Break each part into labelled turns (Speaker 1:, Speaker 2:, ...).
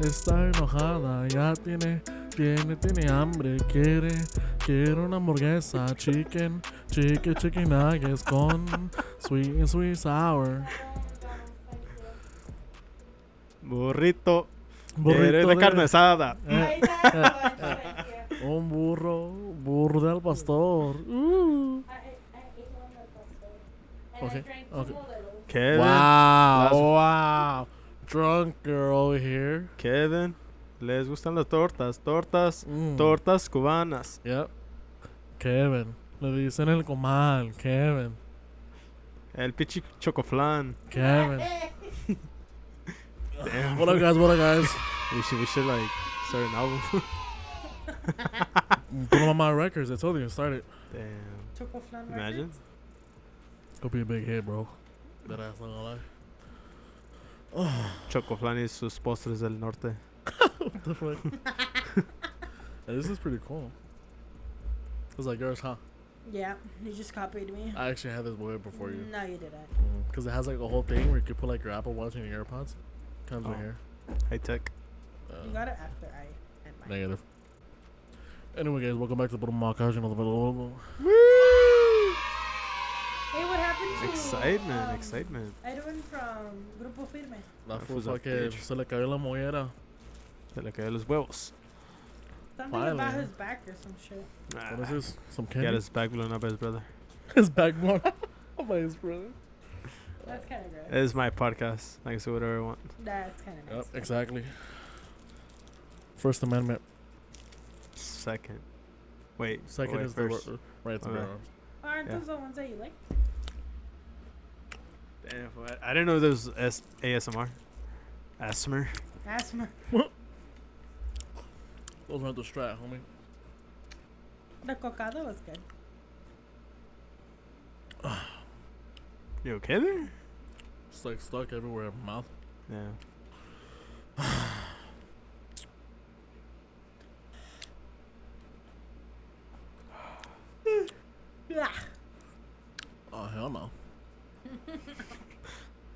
Speaker 1: está enojada, ya tiene, tiene, tiene hambre, quiere, quiere una hamburguesa, chicken, chicken, chicken nuggets con sweet and sweet sour.
Speaker 2: Burrito.
Speaker 1: Burrito
Speaker 2: Burrito de carne asada.
Speaker 1: eh, un burro, burro del pastor. Uh. Okay, okay.
Speaker 2: Kevin.
Speaker 1: Wow,
Speaker 2: Las-
Speaker 1: wow. Drunk girl over here.
Speaker 2: Kevin. Les gustan las tortas. Tortas.
Speaker 1: Mm.
Speaker 2: Tortas cubanas.
Speaker 1: Yep. Kevin. Le dicen el comal. Kevin.
Speaker 2: El pichi chocoflan.
Speaker 1: Kevin.
Speaker 2: Damn.
Speaker 1: What up, guys? What up, guys?
Speaker 2: We should, we should like start an album.
Speaker 1: Put on my records. I told you. Start it.
Speaker 2: Damn.
Speaker 3: Choco Flan
Speaker 2: Imagine.
Speaker 3: Records.
Speaker 1: It'll be a big hit, bro. That ass, not gonna lie.
Speaker 2: Chocoflan y sus postres del norte.
Speaker 1: What the fuck? Hey, this is pretty cool. It's like yours, huh?
Speaker 3: Yeah, you just copied me.
Speaker 1: I actually had this way before you.
Speaker 3: No, you didn't.
Speaker 1: Because it has like a whole thing where you could put like your Apple Watch and your AirPods. Comes
Speaker 2: Oh.
Speaker 1: right here.
Speaker 2: High tech.
Speaker 3: You
Speaker 1: Uh,
Speaker 3: got it after I and mine.
Speaker 1: negative. Anyway, guys, welcome back to Bottom Makash. Another video.
Speaker 3: Hey, what happened to
Speaker 2: Excitement,
Speaker 3: um,
Speaker 2: excitement.
Speaker 3: Edwin from Grupo Firme?
Speaker 1: La
Speaker 2: I
Speaker 1: fool
Speaker 2: was a
Speaker 1: fucking
Speaker 2: bitch.
Speaker 1: se le cayó la mollera.
Speaker 2: Se le cayó los huevos.
Speaker 3: Something about
Speaker 1: Finally.
Speaker 3: his back or some shit.
Speaker 2: Ah.
Speaker 1: What is this? Some
Speaker 2: Got
Speaker 1: candy?
Speaker 2: his back blown up by his brother.
Speaker 1: His back Oh blown out by his brother.
Speaker 3: That's kind of gross.
Speaker 2: It is my podcast. I can say whatever I want.
Speaker 3: That's kind of
Speaker 1: Yep,
Speaker 3: nice.
Speaker 1: exactly. First Amendment.
Speaker 2: Second. Wait.
Speaker 1: Second
Speaker 2: wait,
Speaker 1: is
Speaker 2: first.
Speaker 1: the ri- right to
Speaker 2: Okay.
Speaker 1: bear arms.
Speaker 3: Aren't
Speaker 2: Yeah.
Speaker 3: those the ones that you like?
Speaker 2: Damn, fool, I I didn't know there was S- ASMR. ASMR.
Speaker 3: Asthma.
Speaker 1: Those aren't the strat, homie.
Speaker 3: The cocada was good.
Speaker 2: You okay there?
Speaker 1: It's like stuck everywhere in my mouth.
Speaker 2: Yeah.
Speaker 3: Yeah.
Speaker 1: Oh, hell no.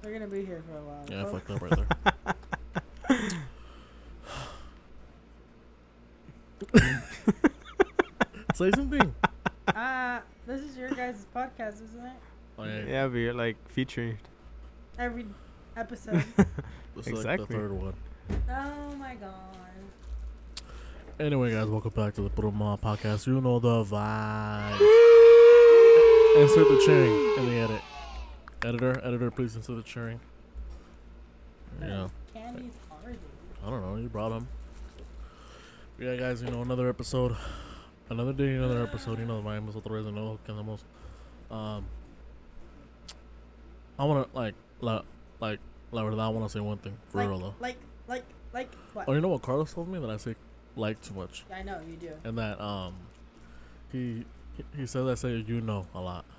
Speaker 3: They're gonna be here for a while.
Speaker 1: Yeah, I
Speaker 3: Oh,
Speaker 1: fucked up right there. Say something.
Speaker 3: Uh, this is your guys' podcast, isn't it?
Speaker 1: Oh, yeah.
Speaker 2: Yeah, but you're like featuring.
Speaker 3: Every episode.
Speaker 1: This is like the
Speaker 2: Exactly.
Speaker 1: third one.
Speaker 3: oh my god.
Speaker 1: Anyway, guys, welcome back to the Bruma podcast. You know the vibes. insert the cheering in the edit. Editor, editor, please insert the cheering. Yeah,
Speaker 3: Candy's hard. dude.
Speaker 1: I don't know. You brought him. Yeah, guys, you know another episode, another day, another episode. You know, my nosotros de nuevo que andamos. Um, I wanna like la like la verdad. I wanna say one thing for
Speaker 3: like,
Speaker 1: real though.
Speaker 3: like, like, like, what?
Speaker 1: Oh, you know what Carlos told me that I say like too much,
Speaker 3: I know you do.
Speaker 1: and that um, he he- he says I say you know a lot.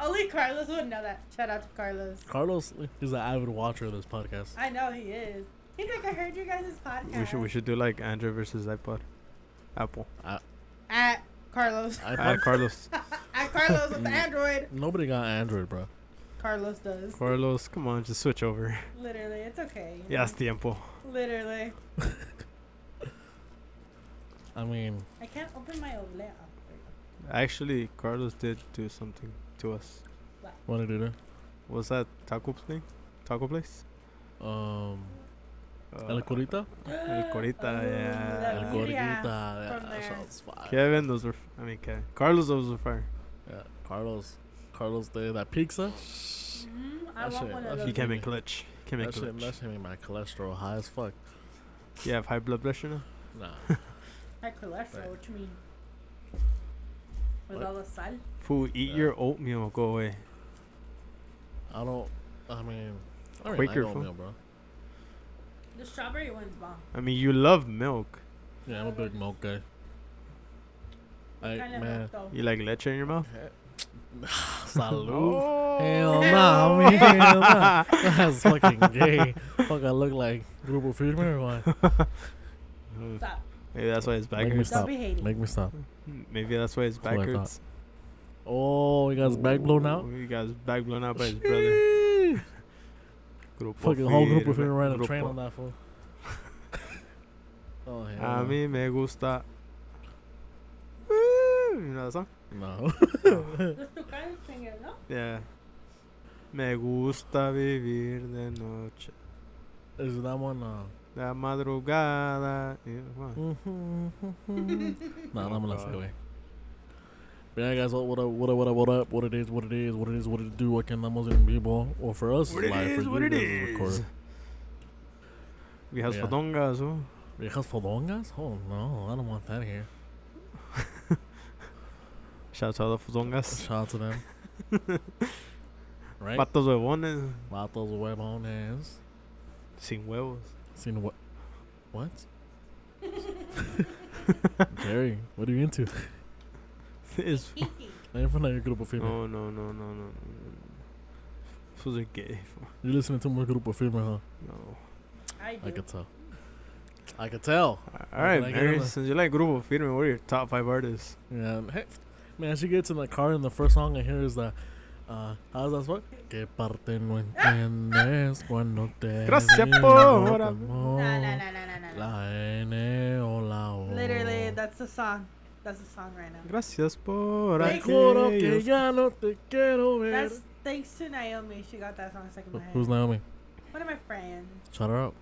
Speaker 3: Only Carlos would know that. Shout out to Carlos.
Speaker 1: Carlos is an avid watcher of this podcast.
Speaker 3: I know he is. He's like, I heard you guys' podcast.
Speaker 2: We should we should do like Android versus iPod. Apple.
Speaker 3: At Carlos.
Speaker 1: I,
Speaker 2: Uh, Carlos.
Speaker 3: At Carlos with the Android.
Speaker 1: Nobody got Android, bro.
Speaker 3: Carlos does.
Speaker 2: Carlos, come on, just switch over.
Speaker 3: Literally, it's okay. you
Speaker 2: Ya es
Speaker 3: know?
Speaker 2: tiempo.
Speaker 3: Literally.
Speaker 1: I mean,
Speaker 3: I can't open my Olea.
Speaker 2: Actually, Carlos did do something to us.
Speaker 1: what did he do?
Speaker 2: Was that taco thing? Taco place?
Speaker 1: Um,
Speaker 2: Uh,
Speaker 1: El Corita?
Speaker 2: El Corita, yeah.
Speaker 1: El
Speaker 3: yeah,
Speaker 1: Corita.
Speaker 3: from
Speaker 1: Yeah,
Speaker 3: there.
Speaker 1: sounds fire.
Speaker 2: Kevin, those were. F- I mean, Kevin. Carlos, those were fire.
Speaker 1: Yeah, Carlos. Carlos did that pizza.
Speaker 3: Mm, I
Speaker 1: That
Speaker 3: want
Speaker 1: shit-
Speaker 3: one
Speaker 1: that
Speaker 3: of
Speaker 1: shit
Speaker 2: He
Speaker 3: those.
Speaker 2: came in clutch. Came in
Speaker 1: That shit, that
Speaker 2: clutch.
Speaker 1: shit made my cholesterol high as fuck.
Speaker 2: You have high blood pressure now?
Speaker 1: Nah.
Speaker 3: High cholesterol,
Speaker 1: Right.
Speaker 3: what you mean? With
Speaker 1: What?
Speaker 3: all the sal?
Speaker 2: Fool, eat
Speaker 1: Yeah.
Speaker 2: your oatmeal. Go away.
Speaker 1: I don't. I mean, I don't
Speaker 2: Quaker
Speaker 1: like
Speaker 2: food.
Speaker 1: oatmeal, bro.
Speaker 3: The strawberry one's bomb.
Speaker 2: I mean, you love milk.
Speaker 1: Yeah, I'm a big milk guy. Like,
Speaker 3: Kinda
Speaker 1: man.
Speaker 3: milk, though.
Speaker 2: You like leche in your mouth?
Speaker 1: Salud.
Speaker 2: Oh.
Speaker 1: Hell nah, I mean, hell nah. That's fucking gay. Fuck, I look like Grupo Firme or what?
Speaker 3: Stop.
Speaker 2: Maybe that's why it's
Speaker 1: Make me
Speaker 2: backwards.
Speaker 1: Stop.
Speaker 3: Don't be hating.
Speaker 1: Make me stop.
Speaker 2: Maybe that's why it's
Speaker 1: That's what I thought.
Speaker 2: backwards.
Speaker 1: Oh, you got his back blown out?
Speaker 2: He got his back blown out by his brother.
Speaker 1: Sheesh.
Speaker 2: Grupo
Speaker 1: Fucking whole group of
Speaker 2: firme,
Speaker 1: people ran a train
Speaker 2: grupo.
Speaker 1: on that fool. oh hell.
Speaker 2: A mí me gusta. Woo! You know that song?
Speaker 1: No.
Speaker 3: Let's do Carlos sing it, no?
Speaker 2: Yeah. Me gusta vivir de noche.
Speaker 1: Is that one? Uh,
Speaker 2: La madrugada. Yeah, come on.
Speaker 1: no, I'm gonna
Speaker 2: God.
Speaker 1: say away. But yeah, guys, what what up, what up, what up, what up, what it is, what it is, what it is, what it do, what can numbers and b-ball, or for us,
Speaker 2: What
Speaker 1: it's
Speaker 2: it
Speaker 1: live,
Speaker 2: is,
Speaker 1: for
Speaker 2: what
Speaker 1: you
Speaker 2: it
Speaker 1: guys, it's
Speaker 2: is.
Speaker 1: recorded.
Speaker 2: Viejas
Speaker 1: Yeah.
Speaker 2: fodongas, oh.
Speaker 1: Viejas fodongas? Oh no, I don't want that here.
Speaker 2: Shout out to the fodongas.
Speaker 1: Shout out to them. right?
Speaker 2: Patos huevones.
Speaker 1: Vatos huevones.
Speaker 2: Sin huevos.
Speaker 1: Seen what? What? Jerry, what are you into?
Speaker 2: It's
Speaker 3: Kiki.
Speaker 1: Now you're from a group of female.
Speaker 2: No, no, no, no, no. Fools are gay. fool.
Speaker 1: You're listening to more group of female,
Speaker 2: No.
Speaker 1: huh?
Speaker 3: I
Speaker 1: I
Speaker 3: do.
Speaker 1: could tell. I could tell.
Speaker 2: All right,
Speaker 1: like it
Speaker 2: Mary.
Speaker 1: anyway.
Speaker 2: Since you like Grupo Firme, what are your top five artists?
Speaker 1: Yeah, and hey, man, she gets in the car and the first song I hear is that, uh, how's that song? Que parte no entiendes cuando te
Speaker 2: Ah. Gracias
Speaker 1: digo te
Speaker 2: por-
Speaker 3: Nah,
Speaker 1: amo.
Speaker 3: nah, nah, nah, nah, nah, nah.
Speaker 1: La N o la O.
Speaker 3: Literally, that's the song. That's the song right now.
Speaker 2: Gracias por
Speaker 1: Te juro que
Speaker 2: aquellos.
Speaker 1: ya no te quiero ver.
Speaker 3: That's thanks to Naomi. She got that song stuck in my head.
Speaker 1: Who's Naomi?
Speaker 3: One of my friends.
Speaker 1: Shout her out.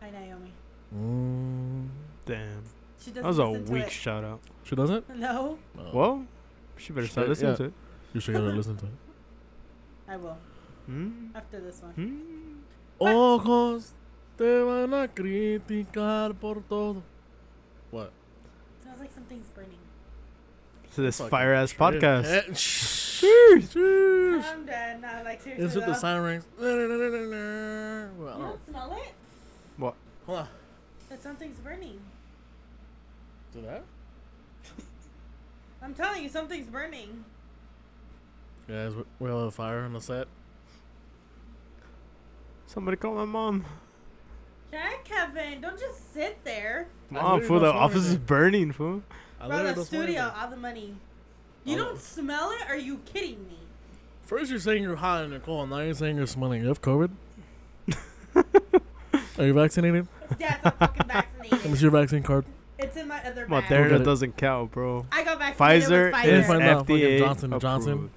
Speaker 3: Hi, Naomi.
Speaker 1: Mm,
Speaker 2: Damn.
Speaker 3: She doesn't
Speaker 2: That was a
Speaker 3: listen to
Speaker 2: weak
Speaker 3: it.
Speaker 2: shout out.
Speaker 1: she doesn't?
Speaker 3: no,
Speaker 1: No.
Speaker 2: Well, she
Speaker 1: Oh.
Speaker 2: better
Speaker 1: She
Speaker 2: start
Speaker 1: did,
Speaker 2: listening
Speaker 1: yeah.
Speaker 2: to it.
Speaker 1: You should get her to listen to it.
Speaker 3: I will
Speaker 2: Hmm?
Speaker 3: after this one.
Speaker 2: Hmm?
Speaker 1: Ojos te van a criticar por todo. What?
Speaker 3: Sounds like something's burning.
Speaker 2: So this
Speaker 1: Fucking
Speaker 2: fire ass podcast.
Speaker 1: Eh,
Speaker 2: Cheers.
Speaker 3: I'm dead. Nah, like seriously.
Speaker 1: Insert
Speaker 3: though.
Speaker 1: the sign rings. Well, I
Speaker 3: You
Speaker 1: don't-
Speaker 3: don't smell it?
Speaker 2: What?
Speaker 1: Hold on.
Speaker 3: That something's burning.
Speaker 1: Do that?
Speaker 3: I'm telling you, something's burning.
Speaker 1: Guys, we- we have a fire on the set.
Speaker 2: Somebody call my mom.
Speaker 3: Jack, Kevin, don't just sit there.
Speaker 2: Mom,
Speaker 1: literally
Speaker 2: fool,
Speaker 1: don't
Speaker 2: the
Speaker 1: smell
Speaker 2: office is
Speaker 1: anything.
Speaker 2: burning, fool.
Speaker 1: I
Speaker 3: Bro,
Speaker 1: literally
Speaker 3: the
Speaker 1: don't smell
Speaker 3: studio,
Speaker 1: anything.
Speaker 3: all the money. You
Speaker 1: I'll-
Speaker 3: don't smell it? Are you kidding me?
Speaker 1: First, you're saying you're hot and you're cold. Now you're saying you're smelling. You have COVID? Are you vaccinated?
Speaker 3: Yes, I'm
Speaker 1: Let
Speaker 3: fucking
Speaker 1: me
Speaker 3: vaccinated.
Speaker 1: see your vaccine card.
Speaker 3: It's in my other bag.
Speaker 1: Look at
Speaker 2: Moderna
Speaker 1: it.
Speaker 2: doesn't count, bro.
Speaker 3: I got vaccinated
Speaker 2: Pfizer
Speaker 3: with Pfizer.
Speaker 2: is
Speaker 1: Find out fucking
Speaker 2: FDA
Speaker 1: Johnson and Johnson.
Speaker 2: approved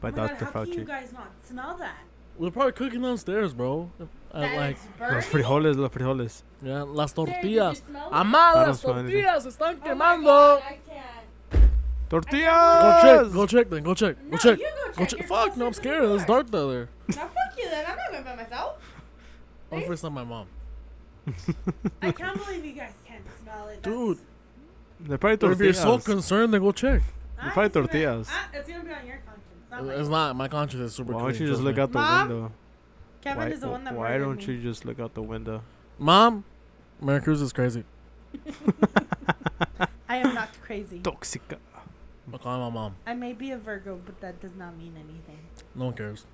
Speaker 2: by
Speaker 3: oh my
Speaker 2: Dr.
Speaker 3: God, how can you
Speaker 2: Fauci.
Speaker 3: guys not smell that?
Speaker 1: We're probably cooking downstairs, bro. At
Speaker 3: That
Speaker 1: like,
Speaker 3: is
Speaker 2: Los
Speaker 3: burning.
Speaker 2: frijoles, los frijoles.
Speaker 1: yeah, las
Speaker 3: There, did you
Speaker 1: tortillas.
Speaker 3: smell it?
Speaker 1: Amá,
Speaker 2: I
Speaker 1: las
Speaker 2: don't smell anything.
Speaker 1: tortillas se están
Speaker 3: Oh my
Speaker 1: quemando.
Speaker 3: God, I can't.
Speaker 1: Go check.
Speaker 2: Tortillas!
Speaker 1: Go check then. Go check. Go
Speaker 3: No,
Speaker 1: check.
Speaker 3: you go
Speaker 1: Go
Speaker 3: check.
Speaker 1: check.
Speaker 3: You're
Speaker 1: Fuck. No, I'm
Speaker 3: closer to the
Speaker 1: scared. It's
Speaker 3: door.
Speaker 1: dark down there.
Speaker 3: Now fuck you then. I'm not going by myself.
Speaker 1: I'm
Speaker 3: Hey.
Speaker 1: first time my mom.
Speaker 3: I can't believe you guys can't smell it. That's-
Speaker 1: Dude,
Speaker 2: They're probably
Speaker 1: if you're
Speaker 2: tortillas.
Speaker 1: so concerned, then go check.
Speaker 3: Ah,
Speaker 2: probably
Speaker 3: it's gonna-
Speaker 2: tortillas.
Speaker 3: ah, it's gonna be on your conscience. not mine.
Speaker 1: It's not. My conscience is super.
Speaker 2: Why don't
Speaker 1: clean,
Speaker 2: you just
Speaker 1: trust
Speaker 2: look
Speaker 1: me.
Speaker 2: out the
Speaker 3: Mom?
Speaker 2: window?
Speaker 3: Kevin
Speaker 2: why
Speaker 3: is the one that
Speaker 2: why
Speaker 3: murdered
Speaker 2: don't
Speaker 3: me.
Speaker 2: you just look out the window?
Speaker 1: Mom, Mary Cruz is crazy.
Speaker 3: I am not crazy.
Speaker 2: Toxica.
Speaker 1: I'm calling my mom.
Speaker 3: I may be a Virgo, but that does not mean anything.
Speaker 1: No one cares.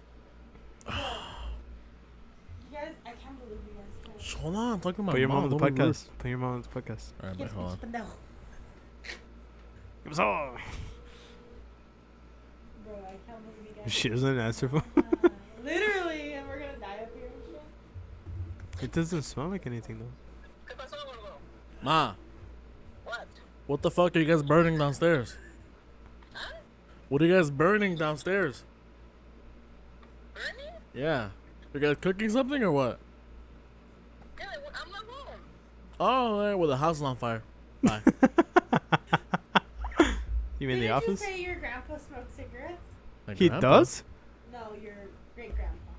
Speaker 3: You guys, I can't believe you guys.
Speaker 1: Shh, Hold on, I'm talking to my
Speaker 2: Put your mom on the
Speaker 1: don't be rude.
Speaker 2: podcast. Put your mom on the podcast.
Speaker 1: All right, man, hold on.
Speaker 3: No,
Speaker 2: Give us all.
Speaker 3: bro, I can't believe you guys.
Speaker 2: She doesn't answer. phone.
Speaker 3: Uh, literally, and we're gonna die up here. and shit.
Speaker 2: it doesn't smell like anything though.
Speaker 4: ¿Qué pasó, gordo?
Speaker 1: Ma,
Speaker 4: What?
Speaker 1: what the fuck are you guys burning downstairs? What are you guys burning downstairs?
Speaker 4: Burning?
Speaker 1: Yeah, you guys cooking something or what?
Speaker 4: Yeah, I'm not home.
Speaker 1: Oh, all right, well the house is on fire. Bye.
Speaker 2: You mean the
Speaker 3: Didn't
Speaker 2: office?
Speaker 3: you say your grandpa smoked cigarettes?
Speaker 1: My
Speaker 2: He
Speaker 1: grandpa.
Speaker 2: does?
Speaker 3: No, your great grandpa.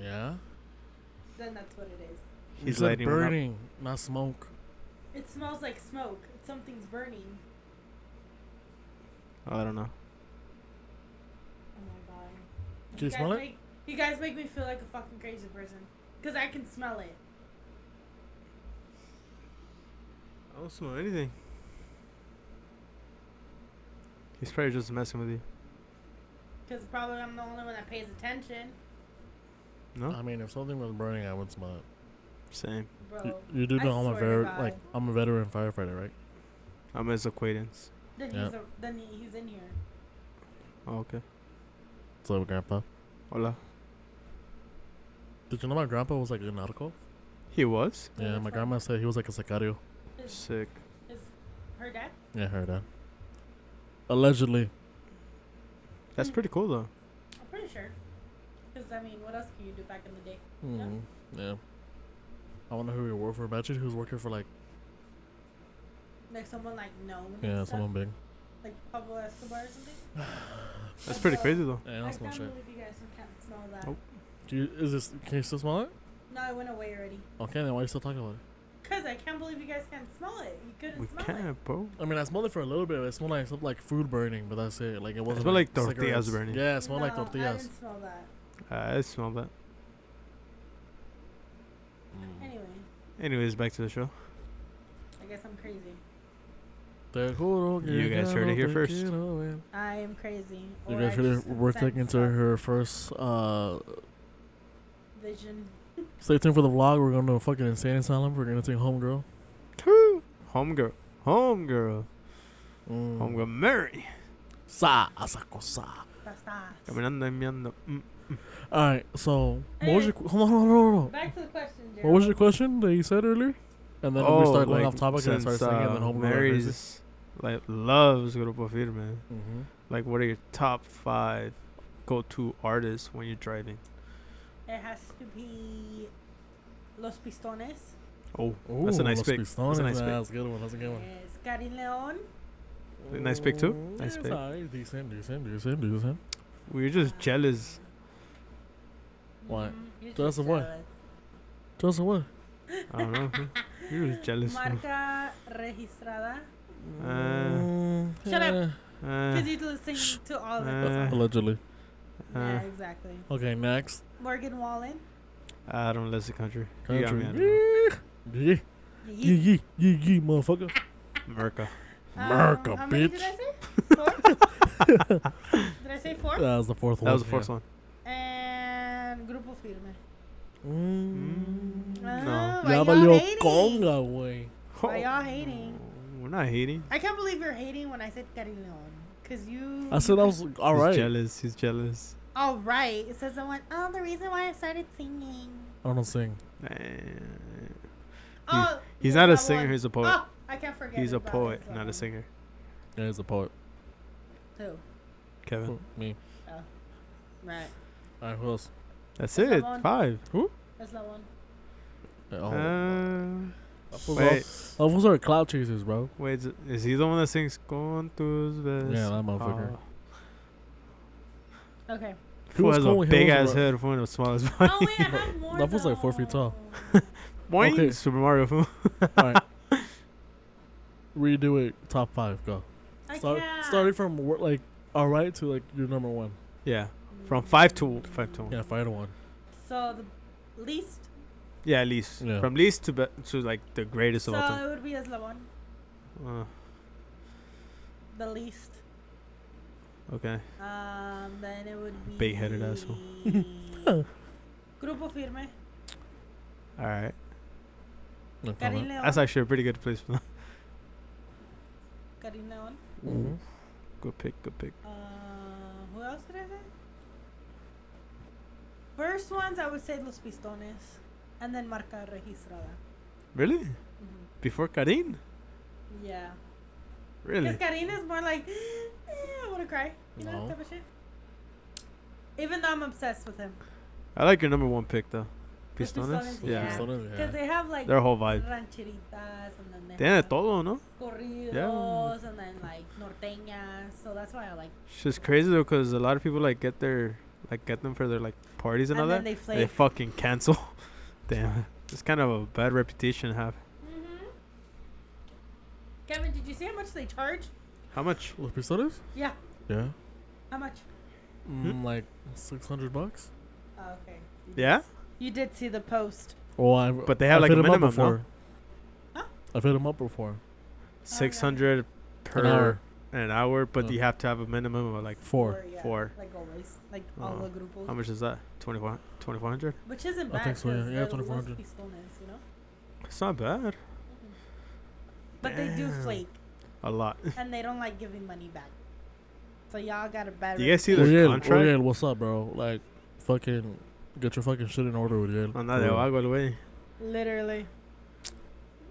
Speaker 1: Yeah.
Speaker 3: Then that's what it is.
Speaker 1: You
Speaker 2: He's
Speaker 1: said
Speaker 2: lighting one up.
Speaker 1: burning, not smoke.
Speaker 3: It smells like smoke. Something's burning.
Speaker 2: Oh, I don't know.
Speaker 3: Oh my god.
Speaker 1: Can you
Speaker 3: guys
Speaker 1: smell it?
Speaker 3: Make, you guys make me feel like a fucking crazy person. Because I can smell it.
Speaker 2: I don't smell anything. He's probably just messing with you.
Speaker 3: Because probably I'm the only one that pays attention.
Speaker 2: No?
Speaker 1: I mean, if something was burning, I would smell it.
Speaker 2: Same.
Speaker 3: Bro.
Speaker 1: You, you do
Speaker 3: Oh, I
Speaker 1: know I'm a
Speaker 3: swear to
Speaker 1: ver-
Speaker 3: God.
Speaker 1: like I'm a veteran firefighter, right?
Speaker 2: I'm his acquaintance.
Speaker 3: Then,
Speaker 1: Yeah.
Speaker 3: he's a, then he, he's in here.
Speaker 2: Oh, okay.
Speaker 1: So, Grandpa.
Speaker 2: Hola.
Speaker 1: Did you know my grandpa was like a narco?
Speaker 2: He was
Speaker 1: Yeah, my grandma said he was like a sicario.
Speaker 3: Is,
Speaker 2: sick.
Speaker 3: is her dad?
Speaker 1: Yeah, I heard that. Allegedly.
Speaker 2: That's pretty cool though.
Speaker 3: I'm pretty sure. Because, I mean, what else can you do back in the day?
Speaker 1: Mm, yeah. I wonder who he worked for. Imagine who's working for like
Speaker 3: Like someone like known. and
Speaker 1: yeah
Speaker 3: stuff?
Speaker 1: someone big.
Speaker 3: Like Pablo Escobar or something?
Speaker 2: That's pretty crazy though.
Speaker 1: Yeah,
Speaker 3: I
Speaker 1: that's
Speaker 3: can't
Speaker 1: one shit.
Speaker 3: believe you guys can't smell that.
Speaker 2: Nope.
Speaker 1: Do you, is this can you still smell it?
Speaker 3: No, it went away already.
Speaker 1: Okay, then why are you still talking about it?
Speaker 3: Because I can't believe you guys can't smell it. You couldn't
Speaker 2: We
Speaker 3: smell it.
Speaker 2: can't, bro.
Speaker 1: I mean, I smelled it for a little bit. It smelled like something like food burning, but that's it. Like it wasn't.
Speaker 2: smelled like tortillas
Speaker 1: cigarettes.
Speaker 2: burning.
Speaker 1: Yeah, it smelled like
Speaker 3: No, I
Speaker 1: tortillas.
Speaker 3: didn't smell that.
Speaker 2: Ah, I smell that.
Speaker 1: Mm.
Speaker 3: Anyway,
Speaker 2: Anyways, back to the show.
Speaker 3: I guess I'm crazy.
Speaker 1: Te juro que
Speaker 2: You guys
Speaker 1: ya
Speaker 2: heard it
Speaker 1: no
Speaker 2: here
Speaker 1: te
Speaker 2: first.
Speaker 1: quiero ver.
Speaker 3: I am crazy.
Speaker 1: You
Speaker 3: or
Speaker 1: guys
Speaker 3: I
Speaker 1: heard it.
Speaker 3: just
Speaker 1: We're
Speaker 3: sense
Speaker 1: taking into
Speaker 3: that
Speaker 1: her first. Uh,
Speaker 3: vision.
Speaker 1: stay tuned for the vlog. We're going to a fucking insane asylum. We're going to take homegirl.
Speaker 2: Homegirl, homegirl,
Speaker 1: Mm.
Speaker 2: homegirl Mary.
Speaker 1: Sa, asako, sa.
Speaker 3: That's that.
Speaker 2: Caminando, enviando. Mm.
Speaker 1: All right. So, what
Speaker 3: Eh.
Speaker 1: was your? qu- Hold on, hold on, hold on, hold on.
Speaker 3: Back to the question, Jared.
Speaker 1: What was your question that you said earlier? And then we start going
Speaker 2: Oh, like,
Speaker 1: off topic and I start
Speaker 2: since,
Speaker 1: singing. and
Speaker 2: uh,
Speaker 1: then homegirl.
Speaker 2: Mary's like loves Grupo Firme.
Speaker 1: Mm-hmm.
Speaker 2: Like, what are your top five go-to artists when you're driving?
Speaker 3: It has to be Los Pistones.
Speaker 2: Oh,
Speaker 1: Ooh,
Speaker 2: that's a nice
Speaker 1: Los
Speaker 2: pick. That's
Speaker 1: Pistones,
Speaker 2: a nice
Speaker 1: yeah,
Speaker 2: pick.
Speaker 1: That's a good one. That's a good one.
Speaker 3: Yes, Karin Leon.
Speaker 2: Nice pick, too.
Speaker 1: Mm,
Speaker 2: Nice
Speaker 1: yeah,
Speaker 2: pick.
Speaker 1: It's alright. Decent, decent, decent, decent.
Speaker 2: we were just jealous.
Speaker 1: Why?
Speaker 3: Mhm, you're
Speaker 1: That's
Speaker 3: just
Speaker 1: the one.
Speaker 3: jealous.
Speaker 1: Just what?
Speaker 2: I don't know. we were just jealous.
Speaker 3: Marca registrada.
Speaker 1: Mm,
Speaker 3: Shut up.
Speaker 1: yeah.
Speaker 2: Uh,
Speaker 3: Because you listen to all of
Speaker 2: Uh,
Speaker 3: them.
Speaker 1: Uh, Allegedly.
Speaker 3: yeah,
Speaker 2: uh,
Speaker 1: Eh.
Speaker 3: exactly.
Speaker 1: Okay, next.
Speaker 3: Morgan Wallen.
Speaker 2: I don't listen country. You got
Speaker 1: Country.
Speaker 2: me on that
Speaker 1: Yeah, yeah, yeah, yeah, yeah, yeah, motherfucker.
Speaker 2: one. Merca.
Speaker 3: Um,
Speaker 1: America,
Speaker 3: how many Did I
Speaker 1: bitch.
Speaker 3: say? Four? did I say four?
Speaker 1: That was the fourth one.
Speaker 2: That was the first one.
Speaker 3: And Grupo Firme.
Speaker 1: one. Mm.
Speaker 3: Oh, why
Speaker 1: Ya
Speaker 3: y'all
Speaker 1: valió
Speaker 3: hating?
Speaker 1: conga, güey.
Speaker 2: Oh.
Speaker 3: Why y'all hating?
Speaker 2: We're not hating.
Speaker 3: I can't believe you're hating when I said Karin Leon. Because you.
Speaker 1: I said I was all
Speaker 2: He's
Speaker 1: right. I
Speaker 2: jealous. He's jealous.
Speaker 3: All right. It says someone, oh, the reason why I started singing.
Speaker 1: don't sing.
Speaker 2: Eh,
Speaker 3: Oh,
Speaker 2: He's
Speaker 3: yeah,
Speaker 2: not a
Speaker 3: that
Speaker 2: singer.
Speaker 3: one.
Speaker 2: He's a poet.
Speaker 3: Oh, I can't forget.
Speaker 2: He's a
Speaker 3: about
Speaker 2: poet,
Speaker 3: this
Speaker 2: not
Speaker 3: one.
Speaker 2: a singer.
Speaker 1: Yeah, he's a poet.
Speaker 3: Who?
Speaker 2: Kevin.
Speaker 1: Me.
Speaker 3: Right.
Speaker 1: All right, who else?
Speaker 2: That's
Speaker 3: That's
Speaker 2: it.
Speaker 3: the one.
Speaker 2: Five. Who?
Speaker 3: That's that one.
Speaker 1: Oh,
Speaker 2: Uh,
Speaker 1: I forgot.
Speaker 2: wait.
Speaker 1: Oh, those are cloud chasers, bro.
Speaker 2: Wait. Is, is he the one that sings "Con tus besos"?
Speaker 1: Yeah, that motherfucker.
Speaker 2: Oh.
Speaker 3: Okay.
Speaker 2: Who
Speaker 1: was
Speaker 2: has
Speaker 1: cool,
Speaker 2: a
Speaker 1: he
Speaker 2: big
Speaker 1: was
Speaker 2: ass
Speaker 1: a-
Speaker 2: head? One of the smallest.
Speaker 3: Oh, wait, I had more.
Speaker 1: That was like four feet tall.
Speaker 3: though.
Speaker 2: Boing.
Speaker 1: Okay.
Speaker 2: Super Mario. fool.
Speaker 1: All right. Redo it. Top five. Go.
Speaker 3: I
Speaker 1: Start,
Speaker 3: can't.
Speaker 1: starting from wor- like all right to like your number one.
Speaker 2: yeah. From five to five to one. Yeah,
Speaker 1: Yeah, fire to one.
Speaker 3: So the least.
Speaker 2: at least.
Speaker 1: Yeah.
Speaker 2: From least to be- to like the greatest
Speaker 3: So
Speaker 2: of all time.
Speaker 3: it would be Eslawan.
Speaker 2: Uh,
Speaker 3: The least.
Speaker 2: okay.
Speaker 3: Um, then it would be.
Speaker 2: Big-headed asshole.
Speaker 3: Grupo Firme.
Speaker 2: All right.
Speaker 1: No
Speaker 3: Karin
Speaker 1: comment.
Speaker 3: Leon.
Speaker 2: That's actually a pretty good place for that.
Speaker 3: Karin Leon.
Speaker 2: Mm-hmm.
Speaker 1: Mhm.
Speaker 2: Good pick. Good pick.
Speaker 3: Uh, who else did I say? First ones, I would say Los Pistones. And then Marca Registrada.
Speaker 2: Really?
Speaker 3: Mhm.
Speaker 2: Before Karin?
Speaker 3: Yeah.
Speaker 2: Really?
Speaker 3: Because Karina is more like, "Eh, I want to cry. You know,
Speaker 1: No.
Speaker 3: type of shit. Even though I'm obsessed with him.
Speaker 2: I like your number one pick though.
Speaker 3: Los
Speaker 2: Pistones.
Speaker 3: Pistones,
Speaker 2: Yeah.
Speaker 3: yeah.
Speaker 1: Pistones,
Speaker 3: Because they have like
Speaker 2: Their whole vibe.
Speaker 3: rancheritas and then they
Speaker 2: Tiene
Speaker 3: have like,
Speaker 2: todo, no?
Speaker 3: corridos and then like norteñas. So that's why I like.
Speaker 2: It's just crazy though, cause a lot of people like get their like get them for their like parties and,
Speaker 3: And
Speaker 2: all that.
Speaker 3: then they
Speaker 2: and
Speaker 3: play.
Speaker 2: They fucking cancel. Damn, it's kind of a bad reputation to have.
Speaker 3: hmm Kevin, did you see how much they charge?
Speaker 2: How much?
Speaker 1: Los Pistones?
Speaker 3: Yeah.
Speaker 1: Yeah.
Speaker 3: How much?
Speaker 1: Mm, Like six hundred bucks.
Speaker 3: Oh, okay. You did
Speaker 2: Yeah.
Speaker 3: You did see the post.
Speaker 1: Well, I
Speaker 2: But they have,
Speaker 1: I've
Speaker 2: like,
Speaker 1: hit
Speaker 2: a
Speaker 1: 'em up
Speaker 2: minimum, no?
Speaker 1: before.
Speaker 3: Huh?
Speaker 1: I've hit them up before.
Speaker 2: Six hundred per
Speaker 1: An hour.
Speaker 2: an hour, but
Speaker 1: Oh.
Speaker 2: you have to have a minimum of like.
Speaker 1: Four.
Speaker 3: yeah,
Speaker 2: Four.
Speaker 3: Like always. Like all
Speaker 2: Uh,
Speaker 3: the grupos.
Speaker 2: How much is that? 24 2400
Speaker 3: Which isn't
Speaker 1: I
Speaker 3: bad.
Speaker 1: think so, yeah. Yeah,
Speaker 3: 'cause they're the Los
Speaker 1: 2400.
Speaker 3: Pistones, you know?
Speaker 2: It's not bad.
Speaker 3: But they do
Speaker 2: Damn.
Speaker 3: flake
Speaker 2: A lot.
Speaker 3: and they don't like giving money back. So y'all got a bad
Speaker 2: Do you guys see
Speaker 1: Uriel,
Speaker 2: their contract?
Speaker 1: Uriel, what's up, bro? Like, fucking Get your fucking shit in order, Uriel.
Speaker 2: Anda de vago el güey.
Speaker 3: Literally.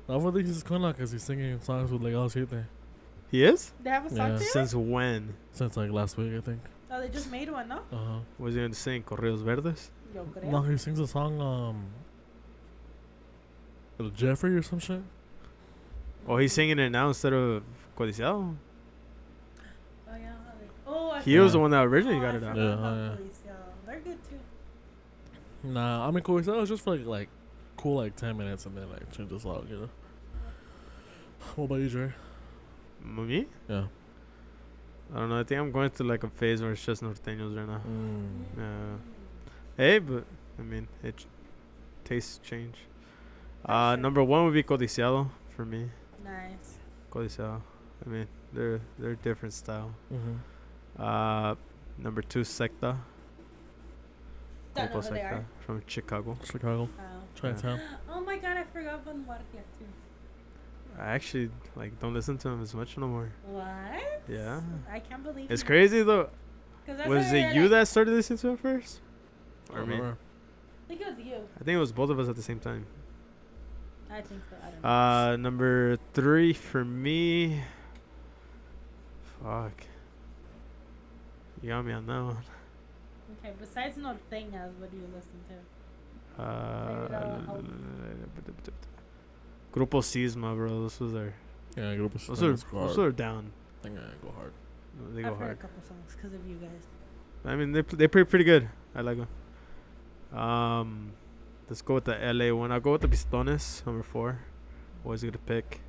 Speaker 1: I don't think he's cool because he's singing songs with Legal Siete
Speaker 2: He is?
Speaker 3: They have a song
Speaker 1: Yeah.
Speaker 3: to it?
Speaker 2: Since when?
Speaker 1: since like last week, I think.
Speaker 3: Oh, they just made one, no?
Speaker 1: Uh huh.
Speaker 2: Was he gonna sing Correos Verdes?
Speaker 3: Yo creo.
Speaker 1: No, he sings a song, um, with Jeffrey or some shit.
Speaker 2: Oh, he's singing it now instead of Codiciado?
Speaker 3: Oh, yeah. Oh, I
Speaker 2: He
Speaker 1: Yeah.
Speaker 2: was the one that
Speaker 3: forgot-
Speaker 2: originally
Speaker 3: oh,
Speaker 2: got
Speaker 3: I
Speaker 2: it out.
Speaker 1: Yeah,
Speaker 3: forgot about
Speaker 1: oh, yeah.
Speaker 3: Police, yeah. They're good too.
Speaker 1: Nah, I mean, cool. He said it was just for like, like cool, like ten minutes, and then like change the song, you know. What about you, Jerry?
Speaker 2: Me?
Speaker 1: Yeah.
Speaker 2: I don't know. I think I'm going through like a phase where it's just norteños right now.
Speaker 1: Mm.
Speaker 2: Uh, hey, but I mean, it ch- tastes change. Uh,
Speaker 3: That's it.
Speaker 2: number one would be Codiciado for me.
Speaker 3: Nice.
Speaker 2: Codiciado. I mean, they're they're different style.
Speaker 1: Mm-hmm.
Speaker 2: Uh, number two, Secta.
Speaker 3: Don't know
Speaker 2: Grupo
Speaker 3: who they are.
Speaker 2: from Chicago.
Speaker 1: Chicago,
Speaker 3: Oh.
Speaker 1: Chinatown.
Speaker 3: Oh my god, I forgot Von Marquez too.
Speaker 2: I actually like don't listen to him as much no more.
Speaker 3: What?
Speaker 2: Yeah.
Speaker 3: I can't believe
Speaker 2: It's crazy though.
Speaker 3: 'Cause that's
Speaker 2: Was
Speaker 3: what
Speaker 2: it
Speaker 3: they're
Speaker 2: you
Speaker 3: like-
Speaker 2: that started listening to him first? Or me?
Speaker 1: Whatever.
Speaker 3: I think it was you.
Speaker 2: I think it was both of us at the same time.
Speaker 3: I think so. I don't know.
Speaker 2: Uh, number three for me. Fuck. You got me on that one.
Speaker 3: okay, besides Norteñas, what do you listen to?
Speaker 2: Uh,
Speaker 3: that'll help.
Speaker 2: Grupo Sisma, bro. Those was their.
Speaker 1: Yeah, I grew up with
Speaker 2: Those are.
Speaker 1: Sisma's squad.
Speaker 2: Those are down.
Speaker 1: I think I go hard.
Speaker 2: They
Speaker 3: I've
Speaker 2: go
Speaker 3: heard a
Speaker 2: hard.
Speaker 3: couple songs because of you guys.
Speaker 2: I mean, they pl- they play pretty good. I like them. Um, let's go with the LA one. I'll go with the Pistones, number four. Always gonna pick.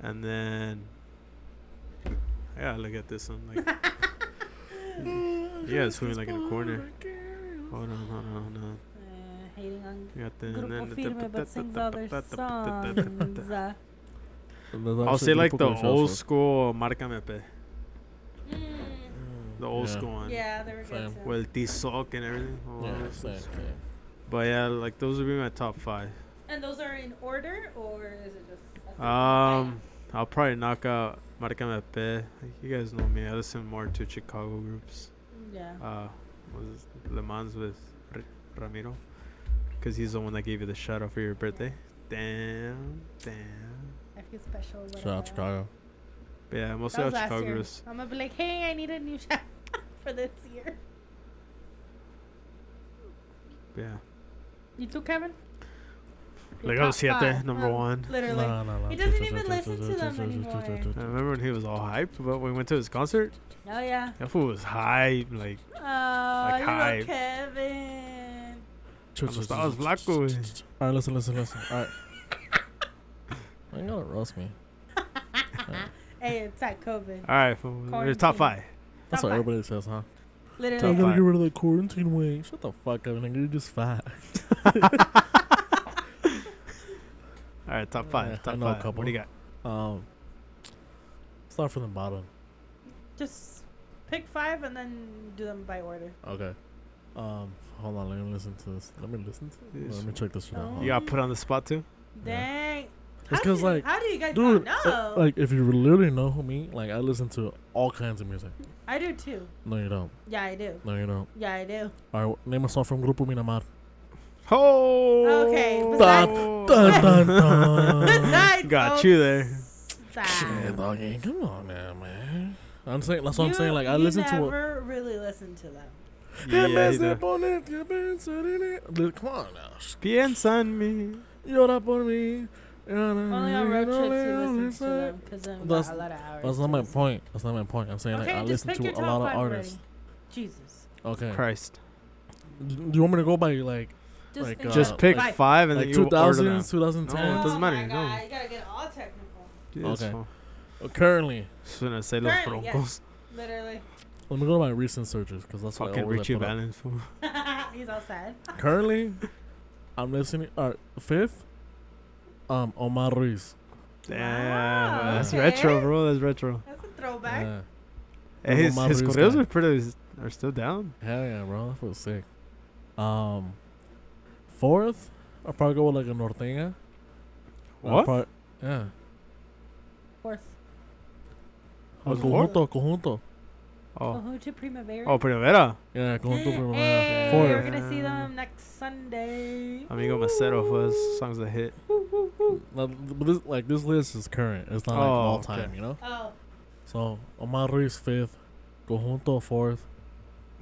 Speaker 2: And then, I gotta look at this one. Like, yeah, it's swimming like in a corner. Hold on, hold on, hold on.
Speaker 3: Uh, hating on
Speaker 2: We got the.
Speaker 3: Grupo Firme, but sings other songs. Uh,
Speaker 1: And there's
Speaker 2: I'll
Speaker 1: actually
Speaker 2: say like
Speaker 1: Grupo
Speaker 2: the
Speaker 1: Comercial,
Speaker 2: old
Speaker 1: so-
Speaker 2: school Marcame Pe,
Speaker 3: mm,
Speaker 1: Mm,
Speaker 2: the old
Speaker 1: yeah.
Speaker 2: school one.
Speaker 3: yeah, they were good.
Speaker 1: Same.
Speaker 3: too.
Speaker 2: With T-Sock and everything. all
Speaker 1: Yeah,
Speaker 2: those
Speaker 1: same
Speaker 2: things.
Speaker 1: thing.
Speaker 2: But yeah, like those would be my top five.
Speaker 3: And those are in order, or is it just? that's it?
Speaker 2: Um, I'll probably knock out Maricame Pe. You guys know me. I listen more to Chicago groups.
Speaker 3: Yeah.
Speaker 2: Uh, was Le Mans with R- Ramiro, because he's the one that gave you the shout out for your birthday. Damn, damn.
Speaker 3: I feel special.
Speaker 1: Shout out
Speaker 3: whatever.
Speaker 1: Chicago.
Speaker 2: But yeah,
Speaker 3: That
Speaker 2: mostly out
Speaker 3: was last
Speaker 2: Chicago
Speaker 3: year.
Speaker 2: groups.
Speaker 3: I'm gonna be like, hey, I need a new shot for this year.
Speaker 2: But yeah.
Speaker 3: You too, Kevin?
Speaker 2: Like,
Speaker 3: Your
Speaker 2: oh,
Speaker 3: top
Speaker 2: siete,
Speaker 3: five,
Speaker 2: number one.
Speaker 3: Literally.
Speaker 1: Nah, nah, nah.
Speaker 3: He doesn't
Speaker 1: Ch- ch-
Speaker 3: even
Speaker 1: ch- ch-
Speaker 3: listen
Speaker 1: ch-
Speaker 3: to
Speaker 1: ch-
Speaker 3: them
Speaker 1: ch- ch-
Speaker 3: anymore.
Speaker 1: ch- ch- ch-
Speaker 2: I remember when he was all hyped, but we went to his concert.
Speaker 3: Oh yeah.
Speaker 2: That fool was hype. Like,
Speaker 3: Oh,
Speaker 2: Like
Speaker 3: little
Speaker 2: hype.
Speaker 3: Kevin.
Speaker 1: ch-
Speaker 2: cuando
Speaker 1: ch-
Speaker 2: estabas
Speaker 1: ch-
Speaker 2: flaco, güey.
Speaker 1: All right, listen, listen, listen. All right. I gotta roast me.
Speaker 3: Hey, it's that COVID.
Speaker 2: All right, fool. Your top five.
Speaker 3: Quarantine.
Speaker 1: That's
Speaker 3: Top
Speaker 1: what
Speaker 3: five.
Speaker 1: everybody says, huh?
Speaker 3: Literally.
Speaker 2: Top
Speaker 1: I'm gonna
Speaker 2: five.
Speaker 1: get rid of that quarantine weight. Shut the fuck up, nigga. You're just fat.
Speaker 2: All right, top
Speaker 1: Yeah, I
Speaker 2: five. Top
Speaker 1: know a
Speaker 2: five.
Speaker 1: couple.
Speaker 2: What do you got?
Speaker 1: Um, start from the bottom.
Speaker 3: Just pick five and then do them by order.
Speaker 1: Okay. Um, hold on. Let me listen to this. Let me listen to.
Speaker 2: Yes.
Speaker 1: Let me check this shit out.
Speaker 3: Oh.
Speaker 1: Hold on.
Speaker 2: You got put on the spot too.
Speaker 3: Dang.
Speaker 1: It's
Speaker 3: How do
Speaker 1: 'cause,
Speaker 3: you-
Speaker 1: like,
Speaker 3: how do you guys
Speaker 1: Dude,
Speaker 3: not
Speaker 1: uh,
Speaker 3: know?
Speaker 1: like if you literally know who me, like I listen to all kinds of music.
Speaker 3: I do too.
Speaker 1: No, you don't.
Speaker 3: Yeah, I do.
Speaker 1: No, you don't.
Speaker 3: Yeah, I do.
Speaker 1: All right, name a song from Grupo Minamar.
Speaker 2: Oh.
Speaker 3: Okay,
Speaker 1: Dun, dun, dun, dun.
Speaker 3: Besides
Speaker 2: Got
Speaker 3: those
Speaker 2: you there.
Speaker 1: Uh, Shit,
Speaker 3: five,
Speaker 1: doggy. Come on now, man. I'm saying that's what I'm
Speaker 3: you-
Speaker 1: saying. Like I listen
Speaker 3: you
Speaker 1: to.
Speaker 3: never
Speaker 1: what-
Speaker 3: really listen to them.
Speaker 1: Yeah,
Speaker 2: Yeah, he
Speaker 1: pensé
Speaker 2: do.
Speaker 1: por él, que pensé en él. Dude, Come on now. Sh-
Speaker 2: Piensa en mí.
Speaker 1: Llora por mí. llora
Speaker 3: Only on
Speaker 1: por mí,
Speaker 3: road trips you
Speaker 1: llora
Speaker 3: listen to
Speaker 1: por mí.
Speaker 3: them because then
Speaker 1: That's-
Speaker 3: got a lot of hours.
Speaker 1: That's
Speaker 3: to
Speaker 1: not my
Speaker 3: listen.
Speaker 1: point. That's not my point. I'm saying
Speaker 3: Okay,
Speaker 1: like I
Speaker 3: just
Speaker 1: listen
Speaker 3: pick
Speaker 1: to
Speaker 3: your
Speaker 1: a
Speaker 3: top
Speaker 1: lot of
Speaker 3: five already.
Speaker 1: artists.
Speaker 3: Jesus.
Speaker 1: Okay.
Speaker 2: Christ.
Speaker 1: Do do you want me to go by like
Speaker 3: Just,
Speaker 1: Like,
Speaker 3: think
Speaker 1: Uh,
Speaker 2: Just pick
Speaker 3: like-
Speaker 2: five and
Speaker 1: like
Speaker 2: then you order
Speaker 1: 2000s,
Speaker 2: them.
Speaker 1: 2010?
Speaker 2: No, it doesn't
Speaker 3: my
Speaker 2: matter,
Speaker 3: God,
Speaker 2: no.
Speaker 3: You gotta get all technical.
Speaker 1: Okay. Uh, Currently,
Speaker 2: Soon as say Los
Speaker 3: Right, yeah.
Speaker 2: Broncos.
Speaker 3: Literally.
Speaker 1: let me go to my recent searches because that's what I
Speaker 2: Fucking
Speaker 1: always
Speaker 2: Richie
Speaker 1: put up.
Speaker 2: Valens. fool.
Speaker 3: He's all sad.
Speaker 1: Currently, I'm listening. All right, fifth, um, Omar Ruiz.
Speaker 2: Damn.
Speaker 3: Wow,
Speaker 2: That's
Speaker 3: okay.
Speaker 2: retro, bro. That's retro.
Speaker 3: That's a throwback.
Speaker 1: Yeah.
Speaker 2: Hey,
Speaker 1: Como
Speaker 2: his
Speaker 1: más
Speaker 2: his
Speaker 1: risca.
Speaker 2: correos are pretty. Are still down.
Speaker 1: Hell yeah, bro. That feels sick. Um, fourth, I'll probably go with like a Norteña. I'll
Speaker 2: What?
Speaker 1: prob- yeah.
Speaker 3: Fourth.
Speaker 1: El
Speaker 2: Who's fourth?
Speaker 1: conjunto, conjunto.
Speaker 2: Oh.
Speaker 3: Cahoon to Primavera.
Speaker 2: Oh, Primavera.
Speaker 1: Yeah, going through Primavera.
Speaker 3: Hey, we're
Speaker 1: Four.
Speaker 3: gonna see them next Sunday.
Speaker 2: Amigo Macero was song's a hit. Eh,
Speaker 3: Woo, woo, woo.
Speaker 1: Now, But this, like this list is current. It's not like
Speaker 2: Oh,
Speaker 1: all
Speaker 2: okay.
Speaker 1: time, you know.
Speaker 3: Oh,
Speaker 1: So Omar Ruiz fifth, Conjunto fourth,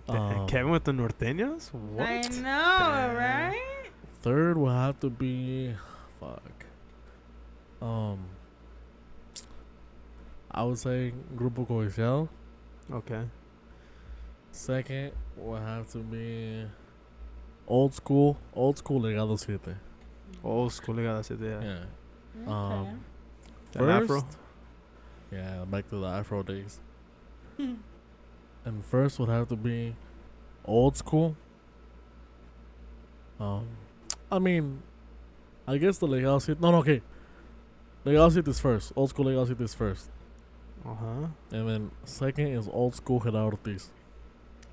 Speaker 2: Damn,
Speaker 1: Um,
Speaker 2: eh, Kevin with the Norteñas?
Speaker 3: I know,
Speaker 2: What? Damn.
Speaker 3: right?
Speaker 1: third will have to be, fuck. Um, I would say Grupo Coicial.
Speaker 2: Okay.
Speaker 1: Second will have to be old school, old school Legado Siete.
Speaker 2: Old school Liga de yeah.
Speaker 1: Yeah.
Speaker 3: Okay.
Speaker 1: Um,
Speaker 2: An afro?
Speaker 1: First? Yeah, back to the Afro days. and first would have to be old school. Um, I mean, I guess the Legal Seat. No, no, okay. Legal Seat is first. Old school Legal Seat is first.
Speaker 2: Uh huh.
Speaker 1: And then second is old school Gerardo Ortiz.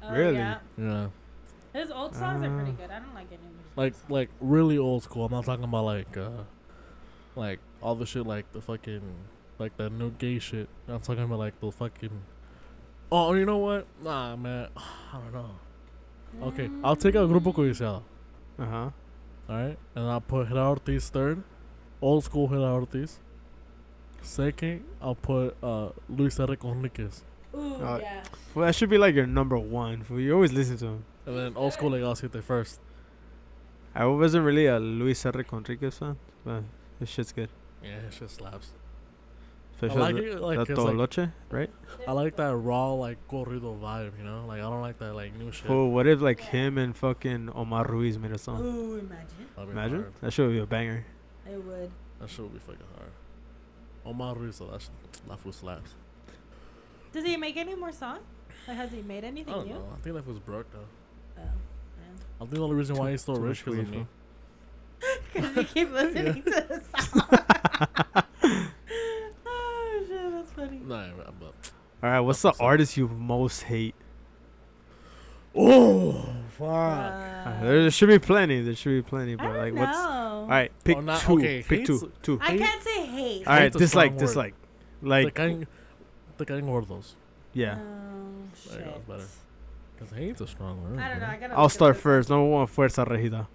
Speaker 3: Oh,
Speaker 2: Really?
Speaker 3: Yeah.
Speaker 1: Yeah.
Speaker 3: His old songs are pretty
Speaker 2: Ah.
Speaker 3: good. I don't like any of his
Speaker 1: Uh,
Speaker 3: new
Speaker 1: Like,
Speaker 3: songs.
Speaker 1: like really old school. I'm not talking about like, uh, like all the shit like the fucking, like that new gay shit. I'm talking about like the fucking. Oh, you know what? Nah, man. I don't know. Okay, I'll take out Grupo Codiciado.
Speaker 2: Uh huh.
Speaker 1: All right, and I'll put Gerardo Ortiz third, old school Gerardo Ortiz. Second, I'll put uh, Luis Enrique Enriquez,
Speaker 3: Ooh,
Speaker 2: Uh,
Speaker 3: yeah.
Speaker 2: Well, that should be like your number one. fool. You always listen to him.
Speaker 1: and then old school Legal Siete first.
Speaker 2: I wasn't really a Luis R. Conriquez fan, but this shit's good.
Speaker 1: Yeah, it just slaps. I
Speaker 2: Especially
Speaker 1: like
Speaker 2: the-
Speaker 1: it, like,
Speaker 2: that
Speaker 1: 'cause, like,
Speaker 2: Toloche, right?
Speaker 1: I like that raw like corrido vibe, you know. Like I don't like that like new shit.
Speaker 2: Oh, what if like him and fucking Omar Ruiz made a song?
Speaker 3: Ooh, imagine.
Speaker 1: That'd be
Speaker 2: Imagine
Speaker 1: hard.
Speaker 2: that should be a banger.
Speaker 3: I would.
Speaker 1: that shit would be fucking hard. Omar Ruiz, though, that shit, that food slaps.
Speaker 3: Does he make any more songs? Or has he made anything
Speaker 1: I don't
Speaker 3: new?
Speaker 1: know. I think that was broke though.
Speaker 3: Oh,
Speaker 1: I think the only reason why he's still
Speaker 2: Too
Speaker 1: rich
Speaker 2: much
Speaker 1: because of
Speaker 2: weed,
Speaker 1: me.
Speaker 3: Because he keep listening to the song. oh, shit, that's funny.
Speaker 1: Nah, I'm not.
Speaker 2: All right, what's the
Speaker 1: Episode.
Speaker 2: artist you most hate?
Speaker 1: Oh, fuck.
Speaker 2: Uh,
Speaker 3: Uh,
Speaker 2: there should be plenty. There should be plenty,
Speaker 3: I
Speaker 2: but
Speaker 3: don't
Speaker 2: like,
Speaker 3: know.
Speaker 2: what's all right? Pick
Speaker 1: Oh, not-
Speaker 2: two.
Speaker 1: okay,
Speaker 2: Pick two.
Speaker 1: hates-
Speaker 2: Two.
Speaker 3: I
Speaker 1: hate-
Speaker 3: can't say hate.
Speaker 2: All right,
Speaker 1: hate's a strong
Speaker 2: dislike,
Speaker 1: word.
Speaker 2: dislike,
Speaker 1: Like,
Speaker 2: like,
Speaker 1: the gang, the gang gordos.
Speaker 2: yeah.
Speaker 3: Oh, shit.
Speaker 1: There you go, it's better. Cause hate's a strong word.
Speaker 3: I don't know. I
Speaker 1: man.
Speaker 3: gotta
Speaker 2: I'll
Speaker 3: look at
Speaker 2: start
Speaker 3: this.
Speaker 2: first. Number one, Fuerza Regida.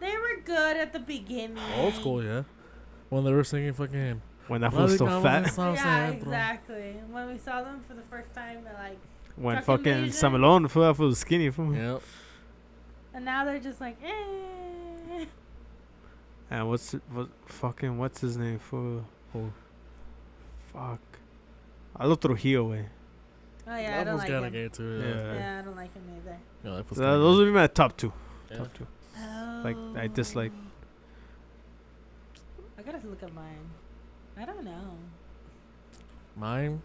Speaker 3: They were good at the beginning.
Speaker 1: Old school, yeah. When they were singing fucking.
Speaker 2: When that fool's still
Speaker 1: Radicamos
Speaker 2: fat.
Speaker 1: en Sao
Speaker 3: Yeah,
Speaker 1: Centro.
Speaker 3: exactly. When we saw them for the first time, they're like,
Speaker 2: When
Speaker 3: Fucking
Speaker 2: fucking
Speaker 3: Asian.
Speaker 2: Samelon, fool, that fool's skinny. Fool.
Speaker 1: Yep.
Speaker 3: and now they're just like, eh.
Speaker 2: And what's what fucking what's his name for?
Speaker 1: Who?
Speaker 2: Fuck. I love Trujillo way.
Speaker 3: Oh yeah, I
Speaker 1: that
Speaker 3: don't
Speaker 1: was
Speaker 3: like
Speaker 1: kinda
Speaker 3: him.
Speaker 1: gay too. Yeah.
Speaker 2: Yeah.
Speaker 3: Yeah, I don't like him either.
Speaker 1: Yeah, that was
Speaker 2: So
Speaker 1: kinda
Speaker 2: those
Speaker 1: gay.
Speaker 2: would be my top two.
Speaker 1: Yeah.
Speaker 2: Top two.
Speaker 3: Oh.
Speaker 2: I dislike-
Speaker 3: I gotta look at mine. I don't know.
Speaker 1: Mine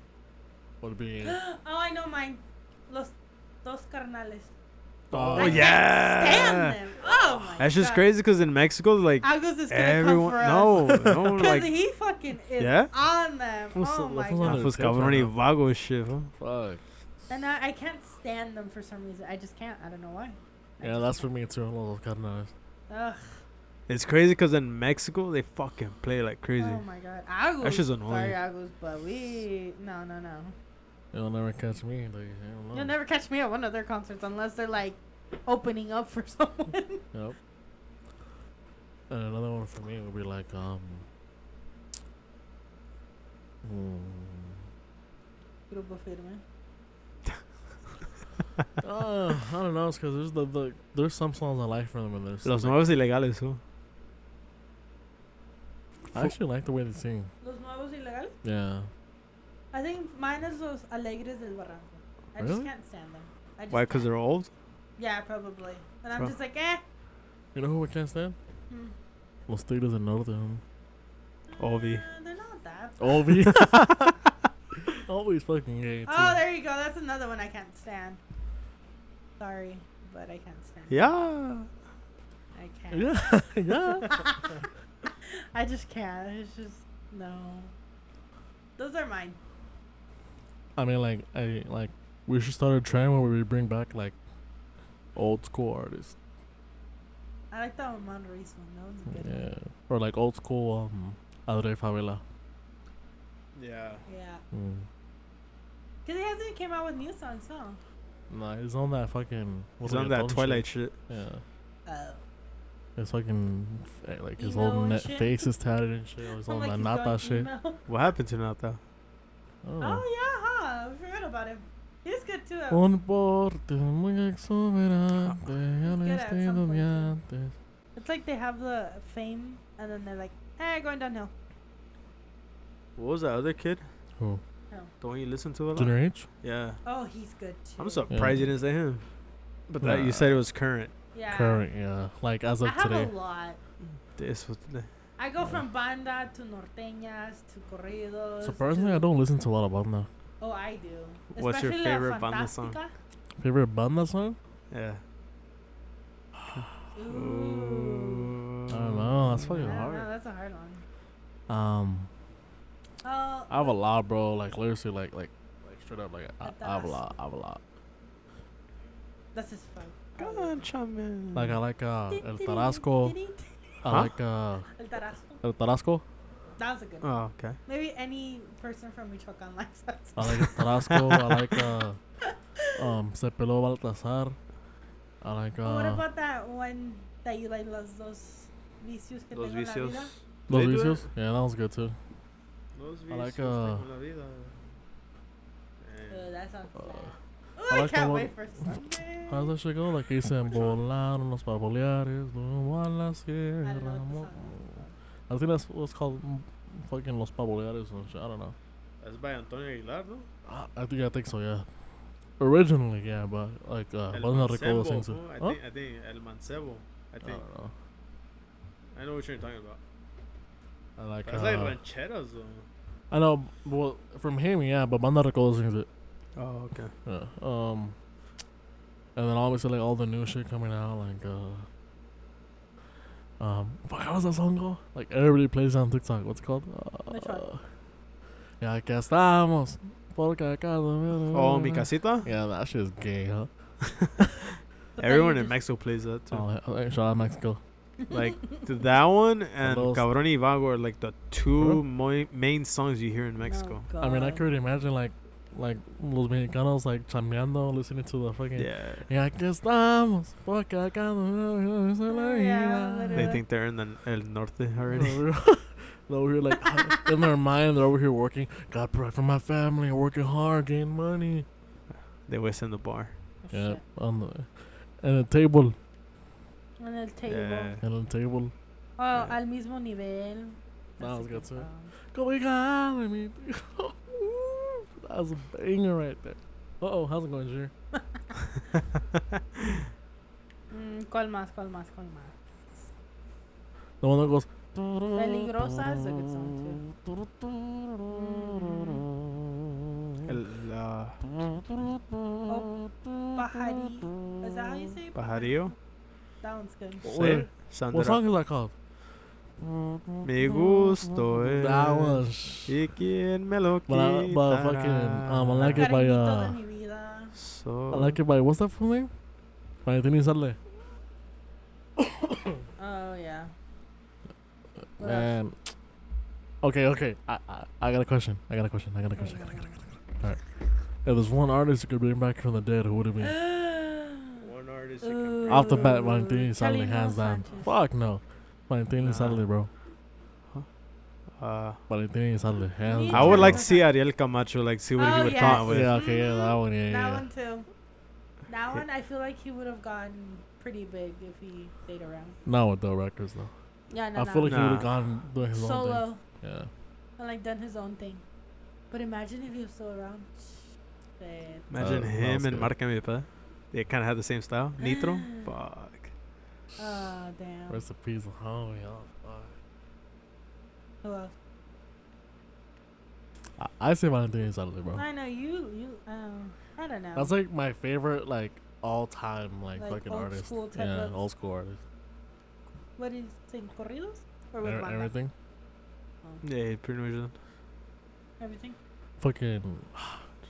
Speaker 1: would be.
Speaker 3: oh, I know mine. Los dos carnales.
Speaker 1: Oh,
Speaker 3: I can't
Speaker 2: yeah.
Speaker 3: Stand them. Oh my.
Speaker 2: That's just
Speaker 3: God.
Speaker 2: crazy because in Mexico, like
Speaker 3: Agus is gonna
Speaker 2: everyone,
Speaker 3: come for us.
Speaker 2: no, no,
Speaker 3: Because
Speaker 2: like
Speaker 3: he fucking is
Speaker 2: Yeah?
Speaker 3: on them.
Speaker 1: Who's the-
Speaker 3: oh my
Speaker 1: who's on
Speaker 3: god.
Speaker 1: the-
Speaker 2: was
Speaker 1: Tips right
Speaker 2: cabrón y
Speaker 1: now.
Speaker 2: vago as shit. Huh?
Speaker 1: Fuck.
Speaker 3: And I, I can't stand them for some reason. I just can't. I don't know why. I
Speaker 1: Yeah,
Speaker 3: just
Speaker 1: that's for me too. Los Cardenales.
Speaker 3: Ugh,
Speaker 2: It's crazy because in Mexico they fucking play like crazy.
Speaker 3: Oh my god. Agus.
Speaker 2: That's just
Speaker 3: Sorry,
Speaker 2: annoying.
Speaker 3: Agus, but we. No, no, no.
Speaker 1: You'll never catch me. Like, I don't know.
Speaker 3: You'll never catch me at one of their concerts unless they're like opening up for someone.
Speaker 1: Yep. And another one for me would be like um. Hmm.
Speaker 3: Grupo Firme.
Speaker 1: uh, I don't know. It's because there's the, the there's some songs I like from them, and there's
Speaker 2: Los
Speaker 1: like-
Speaker 2: nuevos ilegales. Huh?
Speaker 1: I actually like the way they sing.
Speaker 3: Los Nuevos Ilegales?
Speaker 1: Yeah.
Speaker 3: I think mine is Los Alegres del Barranco. I
Speaker 1: Really?
Speaker 3: just can't stand them. I just
Speaker 2: Why? Because
Speaker 3: can't.
Speaker 2: they're old.
Speaker 3: Yeah, probably. And I'm
Speaker 2: Bro.
Speaker 3: just like, eh.
Speaker 1: You know who I can't stand?
Speaker 3: Hmm.
Speaker 1: Los Tigres del Norte. homie.
Speaker 2: Ovi.
Speaker 3: Uh, they're not that.
Speaker 1: Ovi. Always fucking gay. Too.
Speaker 3: Oh, there you go. That's another one I can't stand. Sorry, but I can't stand.
Speaker 2: Yeah.
Speaker 3: I can't.
Speaker 1: yeah, yeah.
Speaker 3: I just can't. It's just no. Those are mine.
Speaker 1: I mean, like, I like we should start a trend where we bring back like old school artists.
Speaker 3: I like that Roman Ruiz one. That one's a good.
Speaker 1: Yeah, or like old school um Adre Favela.
Speaker 2: Yeah.
Speaker 3: Yeah.
Speaker 1: Mm.
Speaker 3: Because he hasn't came out with new songs, huh?
Speaker 1: Nah, he's on that fucking.
Speaker 2: He's
Speaker 1: what's
Speaker 2: on that Twilight shit.
Speaker 1: Yeah.
Speaker 3: Oh.
Speaker 1: It's fucking f- like his
Speaker 3: Emo
Speaker 1: whole
Speaker 3: and
Speaker 1: net
Speaker 3: shit?
Speaker 1: face is tatted and shit. It's
Speaker 3: I'm
Speaker 1: on
Speaker 3: like,
Speaker 1: that
Speaker 3: he's
Speaker 1: not
Speaker 3: going
Speaker 1: that shit.
Speaker 3: emo.
Speaker 2: What happened to Nata?
Speaker 1: Oh.
Speaker 3: Oh, yeah, huh? We forgot about him. He's good too. though.
Speaker 1: Un porte muy exuberante al
Speaker 3: Good at
Speaker 1: estilo de
Speaker 3: some point,
Speaker 1: antes.
Speaker 3: It's like they have the fame and then they're like, hey, going downhill.
Speaker 2: What was that other kid?
Speaker 1: Who?
Speaker 2: The one you listened to a lot?
Speaker 1: Junior H?
Speaker 2: Yeah.
Speaker 3: Oh, he's good too.
Speaker 2: I'm surprised you didn't say him. But that
Speaker 1: Nah.
Speaker 2: you said it was current.
Speaker 3: Yeah.
Speaker 1: Current, yeah. Like as
Speaker 3: I
Speaker 1: of
Speaker 3: have
Speaker 1: today.
Speaker 3: a lot.
Speaker 2: This was the-
Speaker 3: I go from banda to norteñas to corridos.
Speaker 1: Surprisingly,
Speaker 3: to-
Speaker 1: I don't listen to a lot of banda.
Speaker 3: Oh, I do.
Speaker 2: What's your
Speaker 3: Especially La
Speaker 2: favorite banda song?
Speaker 3: Fantástica.
Speaker 1: Favorite banda song?
Speaker 2: yeah.
Speaker 3: Ooh.
Speaker 1: I don't know. That's fucking
Speaker 3: I don't know,
Speaker 1: hard.
Speaker 3: that's a hard one.
Speaker 1: Um,
Speaker 3: Oh,
Speaker 1: I have a lot, bro. Like literally, like like like straight up, like I,
Speaker 3: At the
Speaker 1: I have a
Speaker 3: last.
Speaker 1: lot. I have a lot.
Speaker 3: that's his fun.
Speaker 2: Concha, man.
Speaker 1: Like I like uh El Tarasco. I
Speaker 2: Huh?
Speaker 1: like uh
Speaker 3: El Tarasco.
Speaker 1: El Tarasco.
Speaker 3: That was a good one.
Speaker 2: Oh, okay.
Speaker 3: Maybe any person from Michoacan likes that.
Speaker 1: I like El Tarasco. I like uh um Cepelo Baltasar. I like
Speaker 3: But what
Speaker 1: uh
Speaker 3: about that one that you like, los dos vicios que
Speaker 2: Los
Speaker 3: tengo en la
Speaker 2: vicios.
Speaker 3: vida?
Speaker 1: Los Vicios. Yeah, that was good too. I like, uh,
Speaker 3: Uh,
Speaker 2: Eh,
Speaker 3: that sounds
Speaker 1: Uh,
Speaker 3: sad.
Speaker 1: I
Speaker 3: Ooh, I,
Speaker 1: like the
Speaker 3: can't
Speaker 1: one-
Speaker 3: wait for Sunday.
Speaker 1: How's that shit go? Like he said, volaron los parboleares rumbo a la
Speaker 3: I don't know
Speaker 1: sierra.
Speaker 3: what the
Speaker 1: mo-"
Speaker 3: song is.
Speaker 1: I think that's what's called mm, fucking los parboleares and shit. I don't know.
Speaker 2: That's by Antonio Aguilar, no?
Speaker 1: I I think I think so, yeah. Originally, yeah, but like uh, wasn't recuerdo ¿Ah? sings it. Huh?
Speaker 2: I think El Mancebo. I
Speaker 1: I don't know.
Speaker 2: I know what you're talking about.
Speaker 1: I like.
Speaker 2: That's
Speaker 1: Uh,
Speaker 2: like rancheras, though.
Speaker 1: I know. Well, from him, yeah, but Banda Recuerdo sings it.
Speaker 2: Oh, okay.
Speaker 1: Yeah. Um, and then obviously like all the new shit coming out, like uh, um, fuck, how does that song go? Like everybody plays it on TikTok. What's it called? Uh,
Speaker 3: Which one?
Speaker 1: Yeah, aquí estamos. Porque acá no-
Speaker 2: Oh, mi casita?
Speaker 1: Yeah, that shit is gay, huh?
Speaker 3: But then
Speaker 2: Everyone
Speaker 3: you
Speaker 2: in
Speaker 3: just-
Speaker 2: Mexico plays that, too.
Speaker 1: Oh, hey, shout out Mexico.
Speaker 2: Like, th- that one and
Speaker 1: Saludos.
Speaker 2: Cabrón y Vago are like the
Speaker 1: Huh?
Speaker 2: two moi- main songs you hear in Mexico.
Speaker 3: Oh,
Speaker 1: I mean, I
Speaker 3: God.
Speaker 1: could imagine like, like los mexicanos like chambeando, listening to the fucking.
Speaker 2: Yeah.
Speaker 1: Y aquí estamos, porque acá no es la
Speaker 3: Oh, Yeah,
Speaker 1: vida.
Speaker 3: literally.
Speaker 2: They think they're in the El Norte already.
Speaker 1: Over over here, like ah, in their mind, they're over here working. Got pride for my family, working hard, gain money.
Speaker 2: they was in the bar.
Speaker 3: Oh,
Speaker 1: Yeah,
Speaker 3: shit.
Speaker 1: on the and the table,
Speaker 3: On the table.
Speaker 2: Yeah.
Speaker 1: and on the table.
Speaker 3: Oh, al mismo nivel.
Speaker 1: That
Speaker 3: That's
Speaker 1: was
Speaker 3: a
Speaker 1: good too.
Speaker 3: song.
Speaker 1: Go big on, I mean, that was a banger right there. Uh oh, how's it going, Jer?
Speaker 3: Mm, ¿Cuál más? ¿Cuál más? ¿Cuál más?
Speaker 1: The one that goes.
Speaker 3: Peligrosa is a good song,
Speaker 1: Mm.
Speaker 3: Mm.
Speaker 2: El, uh,
Speaker 3: Oh, Pajari. Is that how you say it?
Speaker 2: Pajarillo?
Speaker 3: That one's good.
Speaker 1: Wait,
Speaker 2: Sandra.
Speaker 1: What song is that called?
Speaker 2: Me gusto eh. es.
Speaker 1: That was.
Speaker 2: Y quien me lo
Speaker 1: But I- but fucking, um, I like it. by,
Speaker 3: Cariñito
Speaker 1: uh,
Speaker 3: de mi vida.
Speaker 2: So,
Speaker 1: I like it by what's that full name? By Anthony Sadler.
Speaker 3: Oh, yeah. What else?
Speaker 1: Man. Eh, Okay, okay. I, I I got a question. I got a question. I got a question. I got a question. Alright. If there's one artist you could bring back from the dead, who would it be?
Speaker 2: One artist
Speaker 3: you can bring
Speaker 1: Off the
Speaker 3: Ooh,
Speaker 1: bat, Valentini Sadler
Speaker 3: Chalino
Speaker 1: hands down.
Speaker 3: Sanchez.
Speaker 1: Fuck no. Valentini
Speaker 2: Nah.
Speaker 1: Sadler, bro.
Speaker 2: Uh,
Speaker 1: Valentini Sadler, hands
Speaker 3: Me
Speaker 2: I would
Speaker 1: down,
Speaker 2: like
Speaker 1: bro.
Speaker 2: to see Ariel Camacho, like, see what
Speaker 3: Oh,
Speaker 2: he would
Speaker 3: yes.
Speaker 2: come up with.
Speaker 1: Yeah, okay, yeah, that
Speaker 3: Mhm.
Speaker 1: one, yeah,
Speaker 3: that
Speaker 1: yeah.
Speaker 3: one, too. That one, I feel like he would have gotten pretty big if he stayed around.
Speaker 1: Not with the records though.
Speaker 3: Yeah, no,
Speaker 1: I
Speaker 3: no.
Speaker 1: feel like he would
Speaker 2: Nah.
Speaker 1: have gone doing his own
Speaker 3: Solo.
Speaker 1: thing. Yeah.
Speaker 3: And, like, done his own thing. But imagine if he was still around. Shit.
Speaker 2: Imagine
Speaker 1: Uh,
Speaker 2: him
Speaker 1: sounds
Speaker 2: and
Speaker 1: good.
Speaker 2: Marca Mi Pa. They kind of had the same style.
Speaker 3: Ah.
Speaker 2: Nitro? Fuck.
Speaker 3: Oh, damn.
Speaker 1: Rest in peace, homie. Oh, fuck.
Speaker 3: Who else?
Speaker 1: I, I say Valentini Sadler, bro.
Speaker 3: I know you. You. Um, I don't know.
Speaker 1: That's like my favorite, like all time, like,
Speaker 3: Like,
Speaker 1: fucking
Speaker 3: old
Speaker 1: artist.
Speaker 3: school type
Speaker 1: yeah,
Speaker 3: of-
Speaker 1: old school artist.
Speaker 3: what is saying corridos or
Speaker 1: Ev-
Speaker 3: with banda?
Speaker 1: everything.
Speaker 2: Yeah, pretty much. done.
Speaker 3: Everything.
Speaker 1: Fucking,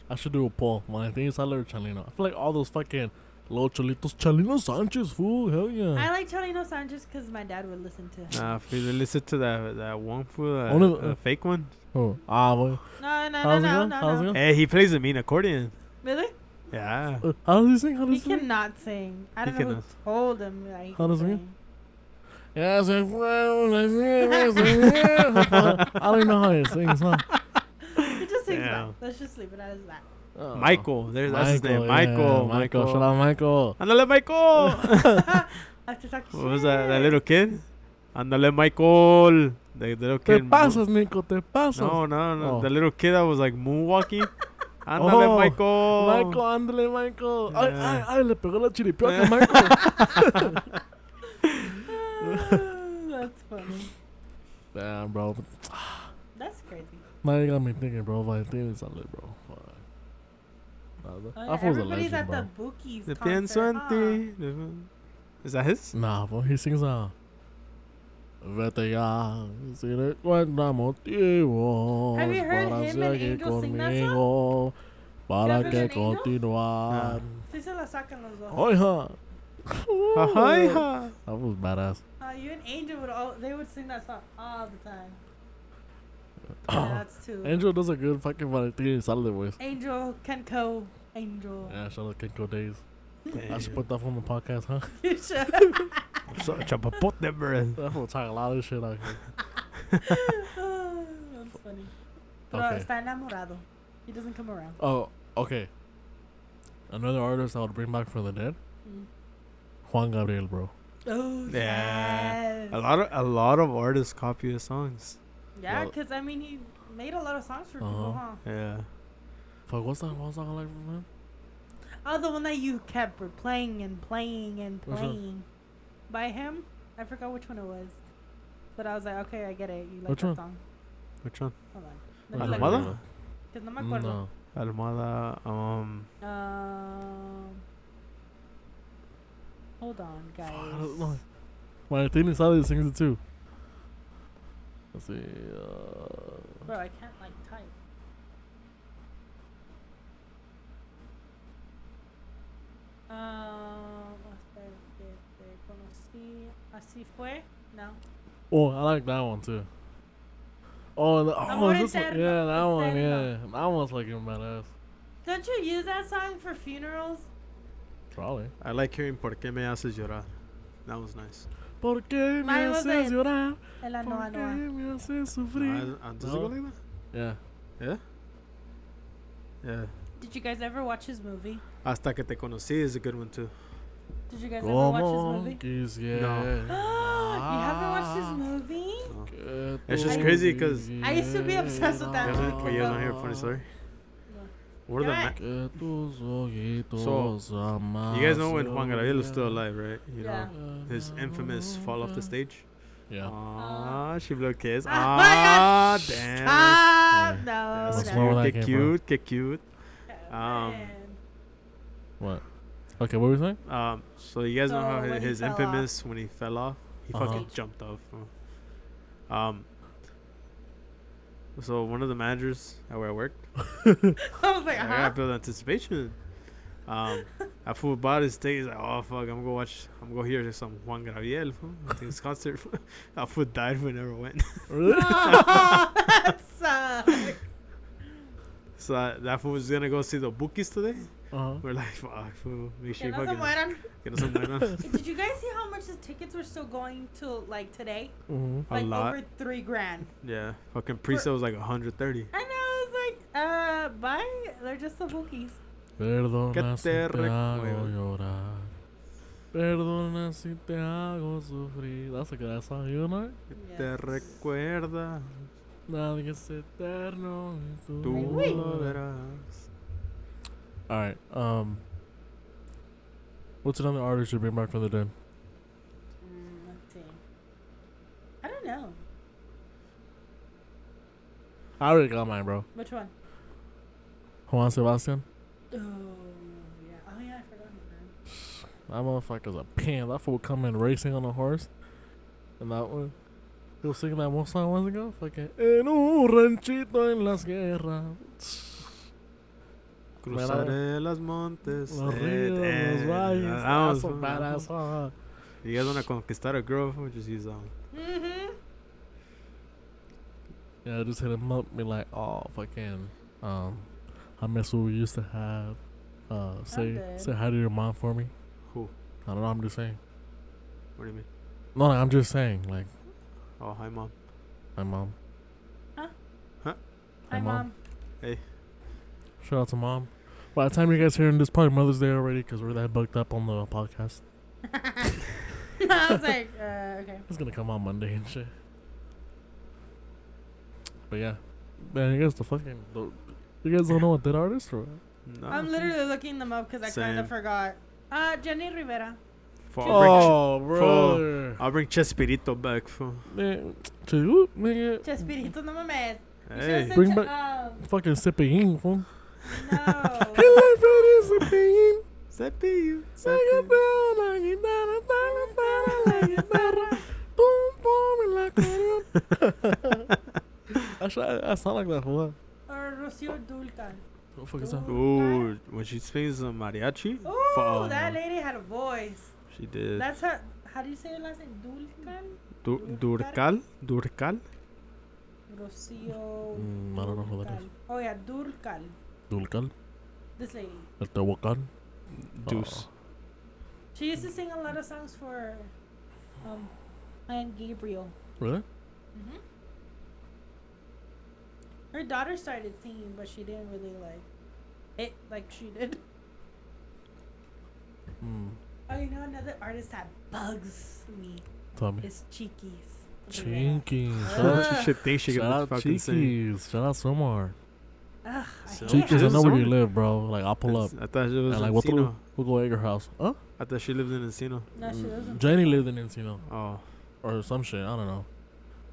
Speaker 1: I should do a poll. Valentini Sadler or Chalino. I feel like all those fucking Little Cholitos, Chalino Sanchez, fool. Hell
Speaker 3: I
Speaker 1: yeah.
Speaker 3: like Cholino Sanchez because my dad would listen to him.
Speaker 2: Nah, if you listen to that that one fool, that,
Speaker 1: Only-
Speaker 2: that uh, fake one.
Speaker 1: Oh, ah, well.
Speaker 3: No, no, no,
Speaker 1: How's it
Speaker 3: no,
Speaker 1: going?
Speaker 3: no,
Speaker 1: How's it
Speaker 3: no.
Speaker 1: going?
Speaker 2: Hey, he plays a mean accordion.
Speaker 3: Really?
Speaker 2: Yeah.
Speaker 1: Uh, how does he sing? How
Speaker 3: He
Speaker 1: does he sing?
Speaker 3: cannot sing. I
Speaker 2: He
Speaker 3: don't know who
Speaker 2: cannot.
Speaker 3: told him that he
Speaker 1: How
Speaker 3: could
Speaker 1: does he?
Speaker 3: sing.
Speaker 1: Yeah, it's like, I don't even know how he sings, huh?
Speaker 3: He just sings
Speaker 2: Yeah.
Speaker 3: that. Let's just leave it as that.
Speaker 1: Oh.
Speaker 2: Michael. There, that's his name.
Speaker 1: yeah, Michael.
Speaker 2: Michael. Michael.
Speaker 1: Shout out Michael.
Speaker 2: Andale, Michael.
Speaker 3: After talking
Speaker 2: what was that? That little kid? Andale, Michael. The little
Speaker 1: Te
Speaker 2: kid. mo-
Speaker 1: pasas, Nico. Te pasas.
Speaker 2: No, no, no.
Speaker 1: Oh.
Speaker 2: The little kid that was like moonwalking. Andale,
Speaker 1: Oh,
Speaker 2: Michael.
Speaker 1: Michael, ándale, Michael. Ay, ay,
Speaker 2: Yeah.
Speaker 1: ay, le pegó la chiripioca, Michael.
Speaker 3: That's funny.
Speaker 1: Damn, bro.
Speaker 3: That's crazy.
Speaker 1: Now you got me thinking, bro. My theme is solid, bro. Fuck. Nah, th-
Speaker 3: Oh,
Speaker 1: that
Speaker 3: yeah,
Speaker 1: fool's a
Speaker 3: Everybody's
Speaker 1: legend,
Speaker 3: at
Speaker 1: bro.
Speaker 3: the Bookies
Speaker 2: Te pienso
Speaker 3: concert,
Speaker 2: en
Speaker 3: huh?
Speaker 2: ti. Te- Is that his?
Speaker 1: Nah, bro. He sings, uh, Vete ya, si le encuentra motivos
Speaker 3: Have you heard
Speaker 1: para
Speaker 3: him and
Speaker 1: seguir
Speaker 3: Angel sing that song?
Speaker 1: conmigo, para
Speaker 3: ever
Speaker 1: que
Speaker 3: heard
Speaker 2: Um,
Speaker 3: Angel?
Speaker 2: Ah,
Speaker 1: continuar.
Speaker 3: Sí se la sacan los dos.
Speaker 1: Oija.
Speaker 2: Hi, hi.
Speaker 1: That was badass.
Speaker 3: Uh, you and Angel would all they would sing that song all the time.
Speaker 2: Oh.
Speaker 3: Yeah, that's too.
Speaker 1: Angel does a good fucking Valentín Salad voice.
Speaker 3: Angel Kenko. Angel.
Speaker 1: Yeah, shout out Kenko Days. I should
Speaker 2: Damn.
Speaker 1: put that on the podcast, huh?
Speaker 3: You should.
Speaker 2: Such a papote, bro.
Speaker 1: That fool talk a lot of shit out here.
Speaker 3: Oh, that's funny. Pero
Speaker 1: Okay.
Speaker 3: está enamorado. He doesn't come around.
Speaker 1: Oh, okay. Another artist I would bring back from the dead.
Speaker 3: Mm.
Speaker 1: Juan Gabriel, bro.
Speaker 3: Oh
Speaker 2: Yeah.
Speaker 3: yes.
Speaker 2: A lot of a lot of artists copy his songs.
Speaker 3: Yeah,
Speaker 1: Well-
Speaker 3: because I mean he made a lot of songs for people,
Speaker 1: Uh-huh.
Speaker 3: huh?
Speaker 2: Yeah.
Speaker 1: Fuck, what's that one song I like from him?
Speaker 3: Oh, the one that you kept were playing and playing and
Speaker 1: Which one?
Speaker 3: playing. By him, I forgot which one it was, but I was like, okay, I get it. You like
Speaker 1: Which
Speaker 3: that
Speaker 1: one?
Speaker 3: song?
Speaker 2: Which one?
Speaker 3: Hold on.
Speaker 1: What's
Speaker 3: Let me
Speaker 1: that
Speaker 3: look.
Speaker 2: Almodo?
Speaker 1: one?
Speaker 3: Cause no me acuerdo.
Speaker 1: No.
Speaker 2: Almada. Um.
Speaker 3: Um, hold on, guys.
Speaker 1: Valentín Salad sings it too. Let's see. Uh,
Speaker 3: Bro, I can't like type. Um, hasta que te conocí, así fue. No.
Speaker 1: oh, I like that one too. Oh, and the, oh
Speaker 3: Amor
Speaker 1: is this one?
Speaker 3: Eterno,
Speaker 1: yeah, that one, yeah.
Speaker 3: Eterno.
Speaker 1: That one's fucking badass.
Speaker 3: Don't you use that song for funerals?
Speaker 1: Probably.
Speaker 2: I like hearing Por qué me haces llorar. That was nice.
Speaker 1: ¿Por qué me
Speaker 3: Mine was
Speaker 1: haces
Speaker 3: it.
Speaker 1: llorar?
Speaker 3: El
Speaker 1: ¿Por
Speaker 3: Anoa Noa.
Speaker 1: qué me haces
Speaker 2: No,
Speaker 1: sufrir?
Speaker 2: I- I- does it
Speaker 1: No.
Speaker 2: go like that?
Speaker 1: Yeah.
Speaker 2: Yeah.
Speaker 3: Did you guys ever watch his movie?
Speaker 2: Hasta que te conocí is a good one too.
Speaker 3: Did you guys ever watch his
Speaker 1: Como
Speaker 3: movie?
Speaker 1: quisiera.
Speaker 3: you haven't watched
Speaker 2: Ah.
Speaker 3: his movie?
Speaker 1: que
Speaker 2: It's just
Speaker 1: tú
Speaker 2: crazy 'cause-
Speaker 3: I used to be obsessed with that
Speaker 2: You
Speaker 1: quisieras.
Speaker 2: guys
Speaker 3: movie.
Speaker 2: don't- oh, you guys don't hear a funny story?
Speaker 3: No.
Speaker 2: What are the
Speaker 3: Yeah.
Speaker 2: ma-
Speaker 1: Que tus ojitos
Speaker 2: you guys know when Juan Gabriel is still
Speaker 1: amarillos.
Speaker 2: alive, right? You know his infamous fall off the stage.
Speaker 1: Mm-hmm. Yeah.
Speaker 2: Ah, she blew a kiss.
Speaker 3: Ah, my
Speaker 2: Ah,
Speaker 3: God.
Speaker 2: damn.
Speaker 3: Ah,
Speaker 2: That's
Speaker 3: no.
Speaker 1: That's
Speaker 2: cute.
Speaker 1: more
Speaker 3: no.
Speaker 1: where that
Speaker 2: Get
Speaker 1: came from.
Speaker 2: cute, get cute. Um,
Speaker 3: Man.
Speaker 2: Uh-huh.
Speaker 1: What? Okay, what were we saying?
Speaker 2: Um, so you guys know how
Speaker 3: So
Speaker 2: hi-
Speaker 3: Oh, when he
Speaker 2: his
Speaker 3: fell off.
Speaker 2: infamous when he fell off, he
Speaker 1: Uh-huh.
Speaker 2: fucking jumped off. uh, Um. So one of the managers at where I worked,
Speaker 3: I was like,
Speaker 2: I gotta
Speaker 3: huh?
Speaker 2: build anticipation. Um, I fool bought his ticket. He's like, oh fuck, I'm gonna watch. I'm gonna hear some Juan Gabriel. fool, at His concert. fool." I fool died when I never went.
Speaker 1: Really?
Speaker 3: Oh, that sucks.
Speaker 2: so I, that fool was gonna go see the bookies today.
Speaker 1: Uh-huh.
Speaker 2: We're like, fuck, ah, fool, make sure
Speaker 3: Que
Speaker 2: you
Speaker 3: no se
Speaker 2: fucking
Speaker 3: mueran.
Speaker 2: get us some buena."
Speaker 3: Did you guys see how much the tickets were still going to like today?
Speaker 1: hmm
Speaker 2: A
Speaker 3: Like
Speaker 2: lot.
Speaker 3: over three grand.
Speaker 2: Yeah, fucking pre-sale was like 130.
Speaker 3: And I was like, uh, bye. They're just the bookies.
Speaker 1: Perdona
Speaker 2: Que
Speaker 1: si
Speaker 2: te
Speaker 1: te hago
Speaker 2: recuerdo.
Speaker 1: llorar. Perdona si te hago sufrir. That's a good ass song, you know?
Speaker 2: Te
Speaker 3: Yes.
Speaker 2: recuerda,
Speaker 1: Nadie es eterno. y tú
Speaker 2: tú
Speaker 3: Uy.
Speaker 2: lo verás.
Speaker 1: Alright, um. What's another artist you bring back from the dead?
Speaker 3: Mm, let's see. I don't know.
Speaker 1: I already got mine, bro.
Speaker 3: Which one?
Speaker 1: Juan Sebastian.
Speaker 3: Oh, yeah. Oh, yeah, I forgot his name.
Speaker 1: That motherfucker's a pimp. That fool coming racing on a horse. And that one. He was singing that one song once ago. Fucking. En un ranchito en las guerras.
Speaker 2: Cruzaré las montes.
Speaker 1: Los
Speaker 2: eh,
Speaker 1: ríos, los
Speaker 2: eh,
Speaker 1: valles,
Speaker 2: that
Speaker 1: that's a
Speaker 2: one's-
Speaker 1: badass song.
Speaker 2: You guys want to conquistar a girl? We'll just use um, that one.
Speaker 3: Mm-hmm.
Speaker 1: Yeah, I just hit him up, be like, oh, fucking, um, I miss what we used to have. Uh, say
Speaker 3: dead.
Speaker 1: say hi to your mom for me.
Speaker 2: Who?
Speaker 1: I don't know. I'm just saying.
Speaker 2: What do you mean?
Speaker 1: No, no I'm just saying. Like
Speaker 2: Oh, hi, mom.
Speaker 1: my mom.
Speaker 3: Hi,
Speaker 1: Hi,
Speaker 3: mom.
Speaker 1: Mom. Shout out to mom. By the time you guys hearing this, probably Mother's Day already, cause we're that booked up on the podcast.
Speaker 3: I was like, uh, okay.
Speaker 1: It's gonna come out Monday and shit. But yeah, man, you guys the fucking, the, you guys don't know what that artist for.
Speaker 2: No.
Speaker 3: I'm literally looking them up because I kind
Speaker 2: Oh, Same.
Speaker 3: of forgot. Uh, Jenny Rivera.
Speaker 2: Fo- I'll, bring Ch-
Speaker 1: Oh, brother.
Speaker 2: I'll bring Chespirito back. Fool.
Speaker 1: Man, to you, nigga.
Speaker 3: Chespirito, no mames. You should have
Speaker 2: Hey.
Speaker 3: said
Speaker 1: Bring
Speaker 3: Ch-
Speaker 1: Fucking sipping, fool.
Speaker 3: um,
Speaker 1: He
Speaker 3: no.
Speaker 1: left it is a pain.
Speaker 2: Seppi,
Speaker 1: Like a bell, like a da-da, da-da, da-da, like a da-da. Boom, boom, and like a- I should- I- I sound like that for what?
Speaker 3: or Rocio Dulcan.
Speaker 1: What the fuck is that?
Speaker 2: Ooh, when she sings uh, mariachi,
Speaker 3: Ooh,
Speaker 2: Fuck,
Speaker 3: that
Speaker 2: man.
Speaker 3: lady had a voice.
Speaker 2: she did.
Speaker 3: That's her. How do you say her last name? Dulcan?
Speaker 2: Du- Durcal, Durcal.
Speaker 3: Rocio.
Speaker 1: Mm, I don't know who that
Speaker 3: Dulcan.
Speaker 1: is.
Speaker 3: Oh, yeah, Dulcal.
Speaker 1: Dulcal,
Speaker 3: This lady.
Speaker 1: el Tehuacán. Oh.
Speaker 2: Deuce.
Speaker 3: She used to sing a lot of songs for um, and Gabriel.
Speaker 1: Really?
Speaker 3: hmm Her daughter started singing, but she didn't really like it like she did.
Speaker 1: Mm,
Speaker 3: Oh, you know another artist that bugs me
Speaker 1: tell me.
Speaker 3: is Cheekies.
Speaker 1: Chinkies.
Speaker 2: How
Speaker 1: Shout
Speaker 2: much
Speaker 1: out-
Speaker 2: she should think she
Speaker 1: Shout
Speaker 2: can
Speaker 1: out
Speaker 2: fucking sing.
Speaker 1: Cheekies. Shout out Somar.
Speaker 3: Ugh, I
Speaker 2: So-
Speaker 3: hate
Speaker 1: Cheekies, I
Speaker 3: her.
Speaker 1: know where you
Speaker 2: Somar?
Speaker 1: live, bro. Like, I'll pull up.
Speaker 2: It's- I thought she was
Speaker 1: And like,
Speaker 2: in
Speaker 1: we'll, through,
Speaker 2: Encino.
Speaker 1: we'll go at your house. Huh?
Speaker 2: I thought she lived in Encino.
Speaker 3: No, she
Speaker 2: mm,
Speaker 3: doesn't.
Speaker 1: Janie lived in Encino.
Speaker 2: Oh,
Speaker 1: or some shit. I don't know.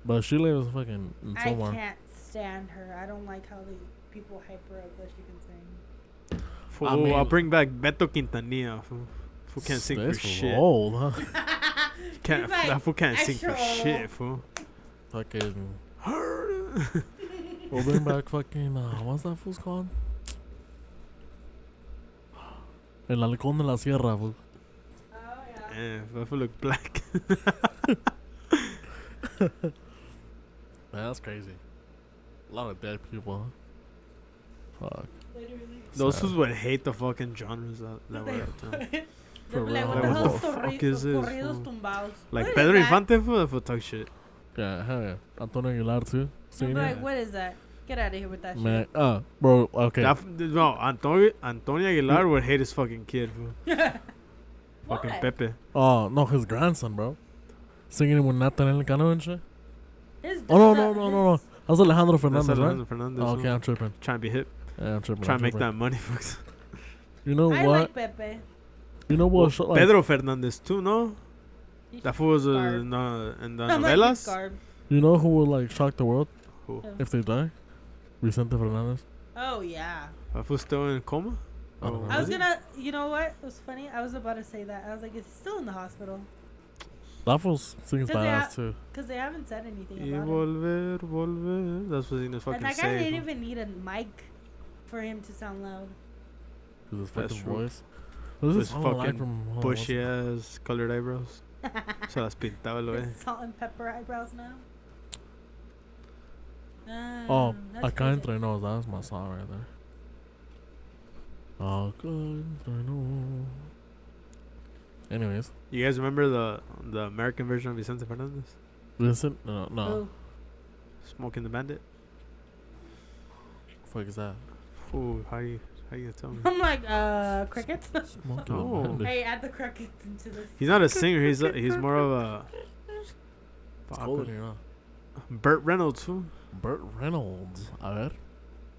Speaker 1: But she lives fucking in
Speaker 3: I
Speaker 1: somewhere.
Speaker 3: can't stand her. I don't like how they people hype her up that she can sing.
Speaker 2: Fool,
Speaker 1: I
Speaker 2: oh, I'll
Speaker 1: mean-
Speaker 2: bring back Beto Quintanilla. Fool, fool can't sing for
Speaker 1: This fool
Speaker 2: shit.
Speaker 1: Old, huh?
Speaker 2: Can't,
Speaker 3: She's like, oh,
Speaker 2: that fool can't sing for
Speaker 3: extra
Speaker 2: shit, fool.
Speaker 1: fucking. We'll bring back fucking. Uh, what's that fool's called? El Halcón de la Sierra, fool.
Speaker 3: oh yeah.
Speaker 2: Yeah, that fool look black.
Speaker 1: Man, that's crazy. A lot of dead people, huh? Fuck.
Speaker 3: Literally.
Speaker 2: Those
Speaker 1: Sad.
Speaker 2: fools would hate the fucking genres that, that were out there.
Speaker 1: For
Speaker 3: They'll be like,
Speaker 1: real. Like, what
Speaker 3: what the hell
Speaker 2: the
Speaker 3: torri-
Speaker 2: fuck is this,
Speaker 3: corridos
Speaker 2: fool?
Speaker 3: tumbados? What
Speaker 2: Like
Speaker 3: is
Speaker 2: Pedro
Speaker 3: that?
Speaker 2: Infante, fool, that fool talk shit.
Speaker 1: Yeah, hell yeah. Antonio Aguilar, too.
Speaker 3: They'll
Speaker 1: Singing
Speaker 3: be
Speaker 1: it.
Speaker 3: like, what is that? Get out of here with that
Speaker 1: Man, uh, bro, okay.
Speaker 2: That, f- no, Antonio, Antonio Aguilar would hate his fucking kid, fool.
Speaker 3: shit.
Speaker 2: Fucking
Speaker 3: Why?
Speaker 2: Pepe.
Speaker 1: Oh, no, his grandson, bro. Singing it with Nathaniel Cano and shit.
Speaker 3: His
Speaker 1: Oh, no,
Speaker 3: daughter-
Speaker 1: no, no, no, no.
Speaker 3: his-
Speaker 1: That's Alejandro
Speaker 2: That's
Speaker 1: Fernandez,
Speaker 2: Alejandro
Speaker 1: right?
Speaker 2: Fernandez.
Speaker 1: Oh,
Speaker 2: fool.
Speaker 1: okay, I'm tripping.
Speaker 2: Trying to be hip.
Speaker 1: Yeah, I'm tripping.
Speaker 2: Trying
Speaker 1: I'm
Speaker 2: to make
Speaker 1: tripping.
Speaker 2: that money, folks.
Speaker 1: You know
Speaker 3: I
Speaker 1: what?
Speaker 3: like Pepe.
Speaker 1: You know what? shit like,
Speaker 2: Pedro Fernandez too, no?
Speaker 3: He's
Speaker 2: That fool was uh,
Speaker 3: Garb.
Speaker 2: in, uh, in the
Speaker 3: I'm like, he's
Speaker 2: novelas.
Speaker 3: Garb.
Speaker 1: You know who would like shock the world
Speaker 2: Who?
Speaker 1: if they die? Vicente Fernandez.
Speaker 3: Oh yeah.
Speaker 2: That fool still in coma?
Speaker 1: I don't
Speaker 2: Oh.
Speaker 1: know.
Speaker 3: I was
Speaker 2: Is he?
Speaker 3: gonna. You know what? It was funny. I was about to say that. I was like, is he still in the hospital?
Speaker 1: That fool's singing
Speaker 3: Does he
Speaker 1: badass
Speaker 3: have-
Speaker 1: too.
Speaker 3: Because they haven't said anything
Speaker 2: Y
Speaker 3: about him.
Speaker 2: volver, volver. That's what he was
Speaker 3: And
Speaker 2: fucking
Speaker 3: that guy
Speaker 2: saying.
Speaker 3: didn't even need a mic for him to sound loud.
Speaker 1: With his
Speaker 2: That's
Speaker 1: fucking
Speaker 2: true.
Speaker 1: voice. This is
Speaker 2: His
Speaker 1: fucking
Speaker 2: fucking
Speaker 1: from hold on, what's-
Speaker 2: Bushy ass, colored eyebrows. Se las pintaba el
Speaker 3: His
Speaker 2: wey.
Speaker 1: eh.
Speaker 3: Salt and pepper eyebrows now.
Speaker 1: Oh,
Speaker 3: Um, that's
Speaker 1: acá
Speaker 3: crazy.
Speaker 1: entre nos. That was my song right there. Acá entre nos. Anyways,
Speaker 2: You guys remember the the American version of Vicente Fernandez?
Speaker 1: Vincent. No, no.
Speaker 3: Oh,
Speaker 2: Smoking the Bandit?
Speaker 1: Fuck is that?
Speaker 2: Ooh, how you how you gonna tell me?
Speaker 3: I'm like, uh, crickets?
Speaker 1: Smoke
Speaker 2: Oh.
Speaker 1: on
Speaker 3: hey, add the crickets into this.
Speaker 2: He's not a singer. He's a, he's more of a.
Speaker 1: It's
Speaker 2: Fuck,
Speaker 1: cold in here, huh?
Speaker 2: Burt Reynolds. Too.
Speaker 1: Burt Reynolds. A ver.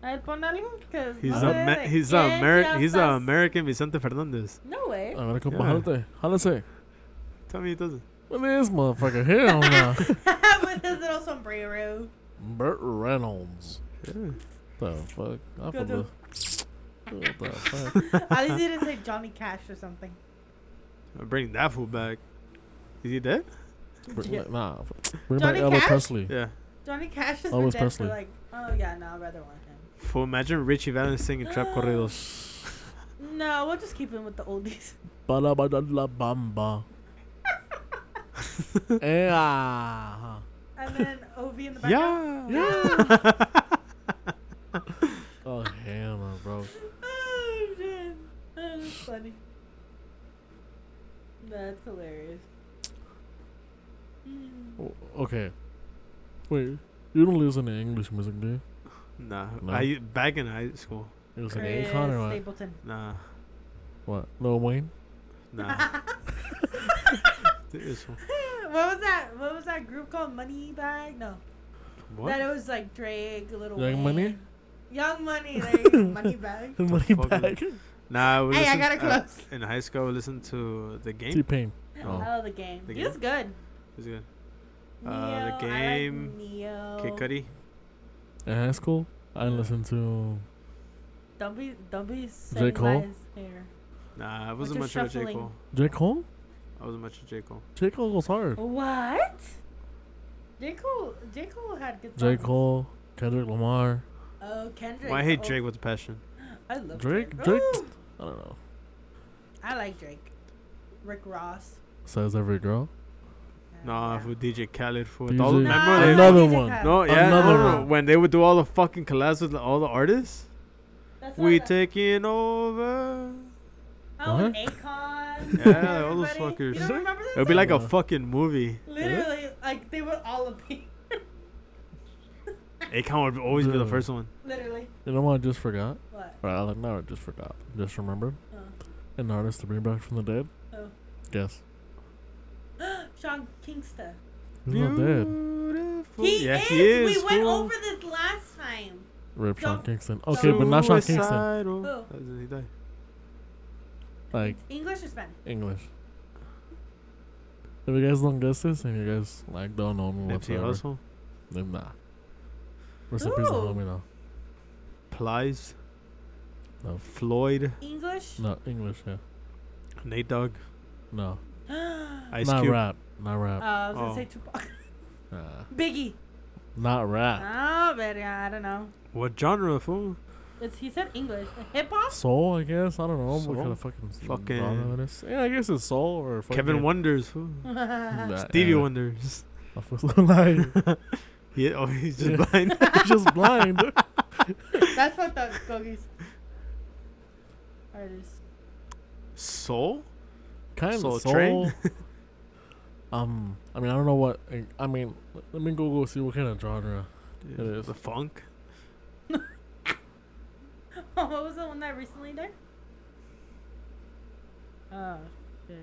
Speaker 3: I'd pon algo, 'cause
Speaker 2: He's
Speaker 3: no
Speaker 2: a
Speaker 3: sé,
Speaker 2: me-
Speaker 3: like,
Speaker 2: he's a
Speaker 3: ¿quién ya
Speaker 2: Ameri- he's a Oh.
Speaker 3: estás?
Speaker 2: American Vicente Fernandez.
Speaker 3: No way.
Speaker 1: A ver, compa,
Speaker 2: Yeah.
Speaker 1: jálate. Jálate.
Speaker 2: Tell me he doesn't.
Speaker 1: Look at this motherfucker. Hell no.
Speaker 3: With his little sombrero.
Speaker 1: Burt Reynolds.
Speaker 2: Yeah.
Speaker 1: The fuck? I
Speaker 3: Go do-
Speaker 1: forgot. What the fuck?
Speaker 3: At least he didn't say Johnny Cash or something.
Speaker 2: I'll bring that fool back. Is he dead?
Speaker 1: Br-
Speaker 3: Yeah.
Speaker 1: Nah, f- bring back
Speaker 3: Johnny
Speaker 1: Elvis
Speaker 3: Cash?
Speaker 1: Presley.
Speaker 2: Yeah.
Speaker 3: Johnny Cash is
Speaker 1: Elvis
Speaker 3: dead for
Speaker 1: Presley.
Speaker 3: like, oh yeah, no, I'd rather want him.
Speaker 2: Fool, imagine Richie Valens singing trap corridos.
Speaker 3: No, we'll just keep him with the oldies.
Speaker 1: Bala bala la bamba. Eh, ah.
Speaker 3: And then Ovi in the background.
Speaker 2: Yeah.
Speaker 1: Yeah. Oh hammer, bro.
Speaker 3: Oh, man. That's funny. That's hilarious. Mm.
Speaker 1: O- Oh, Okay. Wait, you don't listen to English music, do you?
Speaker 2: nah.
Speaker 1: No.
Speaker 2: I back in high school.
Speaker 1: You listen to
Speaker 3: Chris
Speaker 1: Akon or what?
Speaker 3: Stapleton.
Speaker 2: Nah.
Speaker 1: What? Lil Wayne?
Speaker 2: Nah. This one.
Speaker 3: what was that? What was that group called? Money Bag? No, that
Speaker 2: What?
Speaker 3: it was like Drake, Little
Speaker 1: Young Money?
Speaker 3: Wayne. Young Money, there you go, Money Bag.
Speaker 1: Money
Speaker 2: fuck is
Speaker 1: back.
Speaker 2: Nah. I would
Speaker 3: Hey, I
Speaker 2: listen- uh,
Speaker 3: got it close.
Speaker 2: in high school, I would listen to the game.
Speaker 1: T Pain.
Speaker 2: Oh.
Speaker 3: Oh, the game.
Speaker 2: The
Speaker 3: he was good.
Speaker 2: It was good. Uh, The
Speaker 3: Neo, I like
Speaker 2: Game,
Speaker 3: Neo.
Speaker 2: Kid Cudi.
Speaker 1: In high school, I listened to
Speaker 3: Don't be, don't be setting
Speaker 1: Cole?
Speaker 3: lies here.
Speaker 2: Nah, I wasn't
Speaker 3: your
Speaker 2: much of a J
Speaker 3: shuffling?
Speaker 2: Cole.
Speaker 1: J Cole.
Speaker 2: I wasn't much of a J Cole.
Speaker 1: J Cole goes hard.
Speaker 3: Oh, What? J Cole, J Cole had good.
Speaker 1: J
Speaker 3: songs.
Speaker 1: Cole, Kendrick Lamar.
Speaker 3: Oh, Kendrick.
Speaker 2: Well, I hate
Speaker 3: oh,
Speaker 2: Drake with a passion.
Speaker 3: I love
Speaker 1: Drake?
Speaker 3: Drake.
Speaker 1: Drake?
Speaker 3: Ooh,
Speaker 1: I don't know.
Speaker 3: I like Drake. Rick Ross.
Speaker 1: Says every girl.
Speaker 3: Uh,
Speaker 2: Nah,
Speaker 3: yeah.
Speaker 2: with DJ Khaled for
Speaker 1: DJ
Speaker 2: all
Speaker 3: Nah,
Speaker 2: remember
Speaker 1: Khaled.
Speaker 2: they-
Speaker 1: Another
Speaker 3: DJ
Speaker 1: one.
Speaker 3: Khaled.
Speaker 2: No, yeah, no,
Speaker 1: Another
Speaker 2: no, no.
Speaker 1: one.
Speaker 2: When they would do all the fucking collabs with all the artists,
Speaker 3: That's what I
Speaker 2: we
Speaker 3: thought.
Speaker 2: taking over.
Speaker 3: Oh, and
Speaker 1: What?
Speaker 3: Akon.
Speaker 2: Uh-huh. Yeah, all those
Speaker 3: everybody. You
Speaker 2: fuckers.
Speaker 3: don't remember
Speaker 2: It
Speaker 3: that?
Speaker 2: would be like a
Speaker 1: Yeah.
Speaker 2: fucking movie.
Speaker 3: Literally, like they would all appear.
Speaker 2: Akon would always be the
Speaker 1: Dude.
Speaker 2: first one.
Speaker 3: Literally.
Speaker 1: You know what I just forgot?
Speaker 3: What?
Speaker 1: Or I like not just forgot. Just remembered.
Speaker 3: Uh.
Speaker 1: An artist to bring back from the dead.
Speaker 3: Oh.
Speaker 1: Yes.
Speaker 3: Sean Kingston.
Speaker 1: He's not dead.
Speaker 2: Beautiful.
Speaker 3: He,
Speaker 2: yeah,
Speaker 3: is.
Speaker 2: he is.
Speaker 3: We went
Speaker 2: fool.
Speaker 3: over this last time.
Speaker 1: Rip Sean
Speaker 3: Don't-
Speaker 1: Kingston. Okay, but not Sean Kingston.
Speaker 2: Suicidal.
Speaker 3: Who?
Speaker 2: That's it, he died.
Speaker 1: Like
Speaker 3: English or Spanish?
Speaker 1: English. If you guys don't guess this and you guys like don't know me
Speaker 2: Nipsey
Speaker 1: whatsoever,
Speaker 2: Hussle.
Speaker 1: then nah. Rest in peace to
Speaker 3: Ooh.
Speaker 1: homie now.
Speaker 2: Plies.
Speaker 1: No.
Speaker 2: Floyd.
Speaker 3: English.
Speaker 1: No, English, yeah.
Speaker 2: Nate Dogg.
Speaker 1: No.
Speaker 2: Ice
Speaker 1: not
Speaker 2: Cube.
Speaker 1: rap. Not
Speaker 3: Uh,
Speaker 1: rap.
Speaker 3: I was
Speaker 2: Oh.
Speaker 3: gonna say Tupac. Uh.
Speaker 1: Nah.
Speaker 3: Biggie.
Speaker 1: Not rap.
Speaker 2: Ah.
Speaker 3: Oh, but yeah, I don't know.
Speaker 2: What genre, fool?
Speaker 3: It's, he said English. Hip hop?
Speaker 1: Soul, I guess. I don't know
Speaker 2: Soul?
Speaker 1: what kind of fucking
Speaker 2: Fucking-
Speaker 1: genre it is. Yeah, I guess it's soul or fucking
Speaker 2: Kevin Wonders. Fool.
Speaker 3: Uh-huh.
Speaker 1: Nah,
Speaker 2: Stevie
Speaker 1: yeah.
Speaker 2: Wonders.
Speaker 1: I was like,
Speaker 2: Yeah, oh, he's
Speaker 1: Yeah.
Speaker 2: just blind.
Speaker 1: just blind.
Speaker 3: That's what the Gogies. Artists.
Speaker 2: Soul?
Speaker 1: kind
Speaker 2: Soul
Speaker 1: of soul.
Speaker 2: Train?
Speaker 1: um, I mean, I don't know what. I- I mean, let- let me Google see what kind of genre.
Speaker 2: It
Speaker 1: is.
Speaker 2: The funk?
Speaker 3: what was the one that recently died? Oh, shit.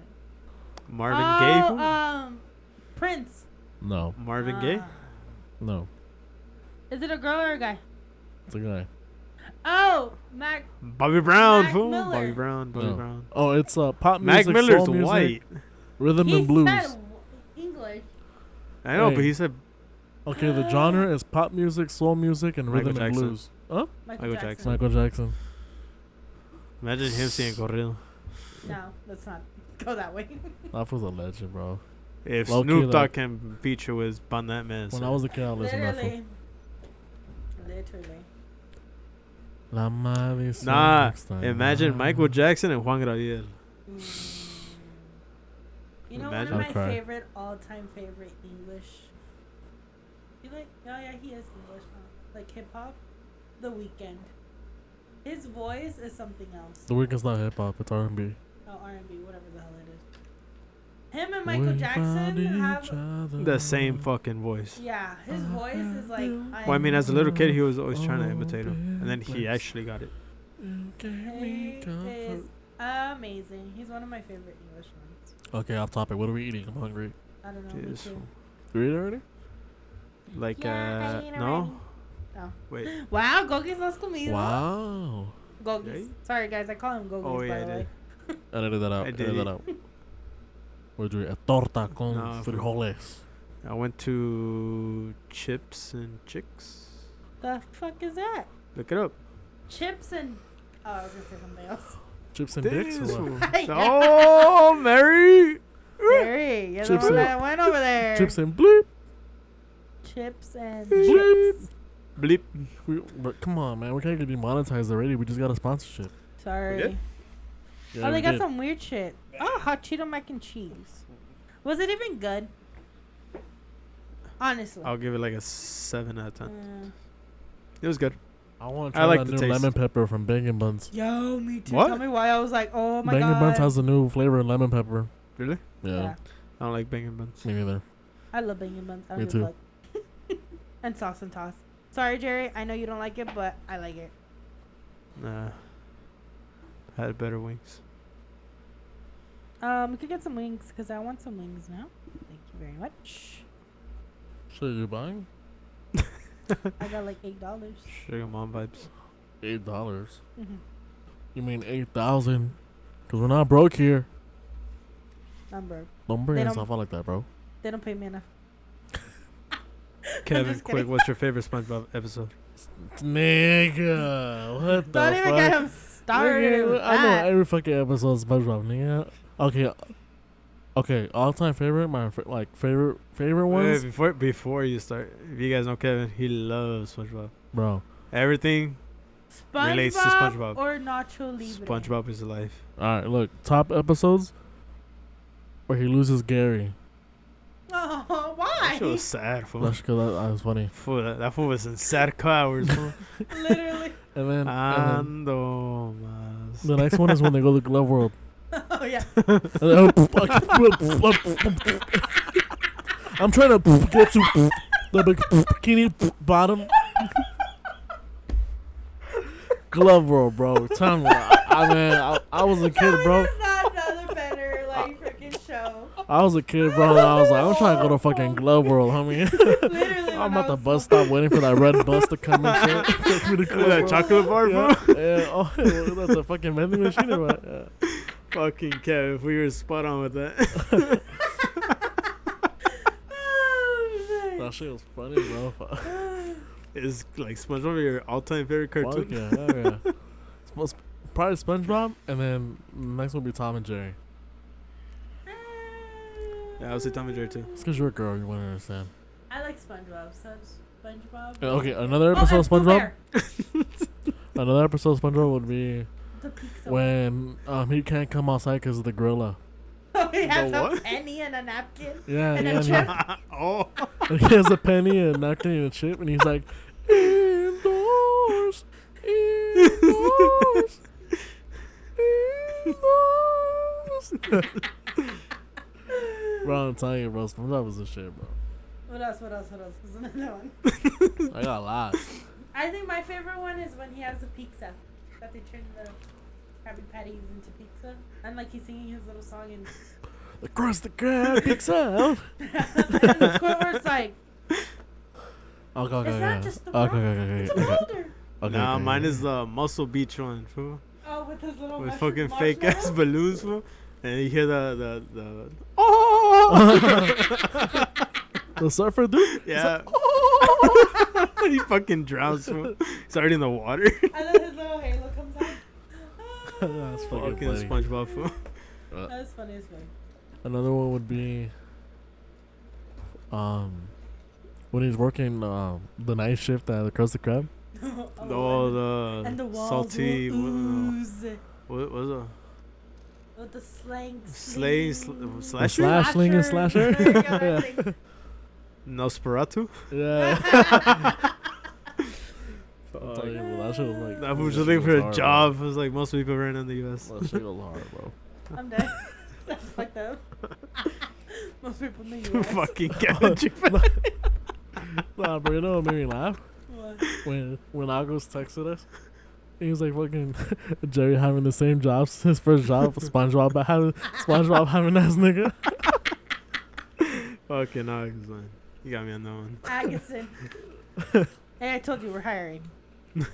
Speaker 2: Marvin Gaye?
Speaker 3: oh,
Speaker 2: fool?
Speaker 3: um, Prince. Ah.
Speaker 1: No,
Speaker 2: Marvin Gaye?
Speaker 1: no,
Speaker 3: Is it a girl or a guy?
Speaker 1: it's a guy.
Speaker 3: Oh, Mac.
Speaker 2: Bobby Brown,
Speaker 3: Mac
Speaker 2: fool.
Speaker 3: Miller.
Speaker 2: Bobby Brown, Bobby
Speaker 1: No.
Speaker 2: Brown.
Speaker 1: Oh, it's uh, pop
Speaker 2: Mac
Speaker 1: music,
Speaker 2: Miller's
Speaker 1: soul music,
Speaker 2: white.
Speaker 1: rhythm
Speaker 3: he
Speaker 1: and blues.
Speaker 3: said w- English.
Speaker 2: I know, but
Speaker 1: Hey.
Speaker 2: he said
Speaker 1: Okay, the genre is pop music, soul music, and
Speaker 2: Michael
Speaker 1: rhythm and
Speaker 2: Jackson.
Speaker 1: blues. Huh?
Speaker 3: Michael,
Speaker 2: Michael
Speaker 1: It's
Speaker 3: Jackson.
Speaker 1: Michael Jackson.
Speaker 2: Imagine him singing corrido.
Speaker 3: No, let's not go that way.
Speaker 1: That was a legend, bro.
Speaker 2: If
Speaker 1: Low-key,
Speaker 2: Snoop Dogg
Speaker 1: like-
Speaker 2: can feature with Bun That Man.
Speaker 1: When I was a kid, I listened to that. fool.
Speaker 3: Literally. Literally.
Speaker 1: La madre sea
Speaker 2: Nah,
Speaker 1: extraña.
Speaker 2: imagine Michael Jackson and Juan Gabriel.
Speaker 3: Mm. You know,
Speaker 2: Imagine-
Speaker 1: I'll
Speaker 3: one of my
Speaker 1: cry.
Speaker 3: favorite, all-time favorite English. You like? Oh yeah, he is English. Huh? Like hip hop, The Weeknd. His voice is something else.
Speaker 1: The Weeknd's not hip hop. It's R and B.
Speaker 3: Oh R and B, whatever the hell it is. Him and Michael Jackson have.
Speaker 2: The same fucking voice.
Speaker 3: Yeah,
Speaker 1: Uh,
Speaker 3: his voice is like. I'm
Speaker 2: Well, I mean, as a little kid, he was always trying to imitate him, and then he actually got it.
Speaker 3: He is amazing. He's one of my favorite English ones.
Speaker 1: Okay, off topic. What are we eating? I'm hungry.
Speaker 3: I don't know. me
Speaker 2: This
Speaker 3: too.
Speaker 2: fool.
Speaker 1: You eat already?
Speaker 2: Like,
Speaker 3: Yeah, I oh.
Speaker 2: uh,
Speaker 3: ain't
Speaker 2: no?
Speaker 3: No.
Speaker 2: Wait.
Speaker 3: Wow, Gogi's las comidas.
Speaker 1: Wow.
Speaker 3: Gogi's.
Speaker 2: Yeah.
Speaker 3: Sorry guys, I call him Gogi's
Speaker 2: Oh,
Speaker 3: by
Speaker 2: yeah, I
Speaker 3: the way.
Speaker 2: did.
Speaker 1: I edited that out.
Speaker 2: I
Speaker 1: I
Speaker 2: did
Speaker 1: did that
Speaker 2: it.
Speaker 1: out. What'd you eat? A torta con
Speaker 2: No, for-
Speaker 1: frijoles.
Speaker 2: I went to Chips and Chicks.
Speaker 3: The fuck is that?
Speaker 2: Look it up.
Speaker 3: Chips and oh, I was gonna say something else.
Speaker 1: Chips and dicks.
Speaker 2: This
Speaker 1: Or what?
Speaker 2: fool.
Speaker 3: Yeah.
Speaker 2: Oh, Mary!
Speaker 3: Gary, you're
Speaker 1: Chips
Speaker 3: the one
Speaker 1: and-
Speaker 3: that went over there.
Speaker 1: Chips and bleep.
Speaker 3: Chips and
Speaker 1: Bleep.
Speaker 3: chips.
Speaker 2: bleep.
Speaker 1: We, but come on, man. We can't get demonetized already. We just got a sponsorship.
Speaker 3: Sorry.
Speaker 1: Yeah,
Speaker 3: oh, they
Speaker 1: we
Speaker 3: got
Speaker 1: did.
Speaker 3: some weird shit. Oh, hot Cheeto mac and cheese. Was it even good? Honestly.
Speaker 2: I'll give it like a seven out of ten.
Speaker 3: Uh,
Speaker 2: It was good.
Speaker 1: I want
Speaker 2: I
Speaker 1: to try
Speaker 2: like
Speaker 1: that
Speaker 2: the
Speaker 1: new
Speaker 2: taste.
Speaker 1: lemon pepper from Bangin' Buns.
Speaker 3: Yo, me too.
Speaker 2: What?
Speaker 3: Tell me why I was like, oh my
Speaker 1: Bangin' Buns
Speaker 3: god.
Speaker 1: has a new flavor in lemon pepper.
Speaker 2: Really?
Speaker 1: Yeah,
Speaker 3: Yeah.
Speaker 2: I don't like banging buns.
Speaker 1: me neither.
Speaker 3: I love banging buns. I
Speaker 1: Me
Speaker 3: don't give a
Speaker 1: too.
Speaker 3: fuck. and sauce and toss. Sorry, Jerry. I know you don't like it, but I like it.
Speaker 2: Nah. Had better wings.
Speaker 3: Um, you could get some wings because I want some wings now. Thank you very much.
Speaker 1: So you buying
Speaker 3: I got like eight dollars.
Speaker 2: Sugar mom vibes.
Speaker 1: eight dollars?
Speaker 3: Mhm.
Speaker 1: You mean eight thousand? Cause we're not broke here.
Speaker 3: I'm broke.
Speaker 1: Don't bring
Speaker 3: They don't-
Speaker 1: yourself out like that, bro.
Speaker 3: They don't pay me enough.
Speaker 2: Kevin,
Speaker 3: just
Speaker 2: quick,
Speaker 3: kidding.
Speaker 2: what's your favorite SpongeBob episode?
Speaker 1: Nigga, what the
Speaker 3: Don't even
Speaker 1: fuck?
Speaker 3: get him started.
Speaker 1: Nigga,
Speaker 3: with
Speaker 1: I
Speaker 3: that.
Speaker 1: know every fucking episode is SpongeBob, nigga. Okay, uh, okay, all time favorite, my fa- like favorite favorite
Speaker 2: Wait, wait,
Speaker 1: ones,
Speaker 2: before before you start, if you guys know Kevin, he loves SpongeBob.
Speaker 1: bro.
Speaker 2: Everything
Speaker 3: SpongeBob
Speaker 2: relates to SpongeBob.
Speaker 3: or Nacho Libre.
Speaker 2: SpongeBob is life.
Speaker 1: All right, look, top episodes where he loses Gary.
Speaker 3: Oh, why?
Speaker 2: That shit was sad, fool.
Speaker 1: That's 'cause that, that was funny.
Speaker 2: fool that, that fool was in sad hours, fool.
Speaker 3: Literally.
Speaker 1: And then,
Speaker 3: Um.
Speaker 1: and
Speaker 2: Ando
Speaker 1: then the
Speaker 2: mas.
Speaker 1: next one is when they go to Glove World.
Speaker 3: Oh yeah.
Speaker 1: And then- I'm trying to get to the bikini bottom. Glove World, bro. Tell me, I, I man, I, I was a kid, bro.
Speaker 3: That was not another better like freaking show.
Speaker 1: I was a kid, bro. And I was like, I'm trying to go to fucking Glove World, homie.
Speaker 3: Literally.
Speaker 1: I'm
Speaker 3: when I
Speaker 1: at the
Speaker 3: was
Speaker 1: bus stop waiting for that red bus to come and shit. Take me to Glove
Speaker 2: That
Speaker 1: World.
Speaker 2: chocolate bar, bro.
Speaker 1: yeah, yeah. Oh, that's a fucking vending machine or what? Yeah.
Speaker 2: Fucking Kevin, if we were spot on with that.
Speaker 3: Oh,
Speaker 1: That
Speaker 3: shit.
Speaker 1: shit was funny, bro. Fuck
Speaker 2: is like SpongeBob your all-time favorite cartoon?
Speaker 1: yeah, hell yeah. Sp- sp- probably SpongeBob, and then next one will be Tom and Jerry.
Speaker 2: Yeah, I would say Tom and Jerry too.
Speaker 1: It's because you're a girl, you wouldn't understand.
Speaker 3: I like SpongeBob. So SpongeBob.
Speaker 1: Yeah, Okay, another
Speaker 3: Oh,
Speaker 1: Uh, episode
Speaker 3: and
Speaker 1: of
Speaker 3: Pooh
Speaker 1: SpongeBob.
Speaker 3: Bear.
Speaker 1: Another episode of SpongeBob would be
Speaker 3: The pizza.
Speaker 1: when um, he can't come outside because of the gorilla.
Speaker 3: he has
Speaker 2: The
Speaker 3: a
Speaker 2: what?
Speaker 3: penny and a napkin.
Speaker 1: Yeah,
Speaker 3: And a
Speaker 1: yeah. and he-
Speaker 3: chip.
Speaker 2: oh,
Speaker 1: And he has a penny and a napkin and a chip, and he's like, indoors, indoors, indoors. bro, I'm telling you, bro, SpongeBob was the shit, bro.
Speaker 3: What else? What else? What else? There's another one.
Speaker 1: I got a lot.
Speaker 3: I think my favorite one is when he has a pizza that they turn the Krabby Patties into pizza, and like he's singing his little song, and,
Speaker 1: The crust, the crab, pizza.
Speaker 3: and the Squidward's like,
Speaker 1: Okay, okay, okay.
Speaker 3: "It's not just the
Speaker 1: Oh, okay, okay,
Speaker 3: rock,
Speaker 1: okay,
Speaker 3: it's a
Speaker 1: okay, okay.
Speaker 3: boulder."
Speaker 1: okay,
Speaker 2: nah,
Speaker 1: okay,
Speaker 2: mine
Speaker 1: okay.
Speaker 2: is the Muscle Beach one, fool.
Speaker 3: Oh, with his little
Speaker 2: With
Speaker 3: mush-
Speaker 2: fucking fake ass
Speaker 3: marshmallow?
Speaker 2: balloons, fool. And you hear the the the oh,
Speaker 1: the surfer dude.
Speaker 2: yeah. he fucking drowns, fool. He's already in the water.
Speaker 3: And then his little halo comes out.
Speaker 1: That's
Speaker 3: Ah,
Speaker 1: Fucking
Speaker 2: Fucking
Speaker 1: funny.
Speaker 2: SpongeBob, fool.
Speaker 3: That's funny as fuck.
Speaker 1: Another one would be, um, when he's working um the night shift at the Krusty Krab.
Speaker 2: Oh,
Speaker 3: and-
Speaker 2: the
Speaker 3: Oh, and the walls
Speaker 2: salty.
Speaker 3: will
Speaker 2: What,
Speaker 3: ooze
Speaker 2: what was it?
Speaker 3: with the slang.
Speaker 2: Slay sl-
Speaker 3: sling.
Speaker 1: The
Speaker 2: slash
Speaker 1: slash sling and slasher.
Speaker 3: There you go, that's it.
Speaker 2: Nosferatu.
Speaker 1: yeah. I'm telling you, bro, that shit was like.
Speaker 2: That fool was
Speaker 1: that
Speaker 2: just
Speaker 1: shit
Speaker 2: looking for a
Speaker 1: hard, bro.
Speaker 2: job. It was like most people right now in the U.S.
Speaker 1: That shit was hard, bro.
Speaker 3: I'm dead. That's fucked up. Most people in the US.
Speaker 2: fucking Kevin Chick-fil-A.
Speaker 1: Nah, bro, you know what made me laugh?
Speaker 3: What?
Speaker 1: when when Agos texted us, he was like fucking Jerry having the same jobs. His first job, SpongeBob but having SpongeBob having ass nigga.
Speaker 2: Fucking Uggs, man. You got me on that one.
Speaker 3: Agassiz. hey, I told you we're hiring.
Speaker 2: Yeah.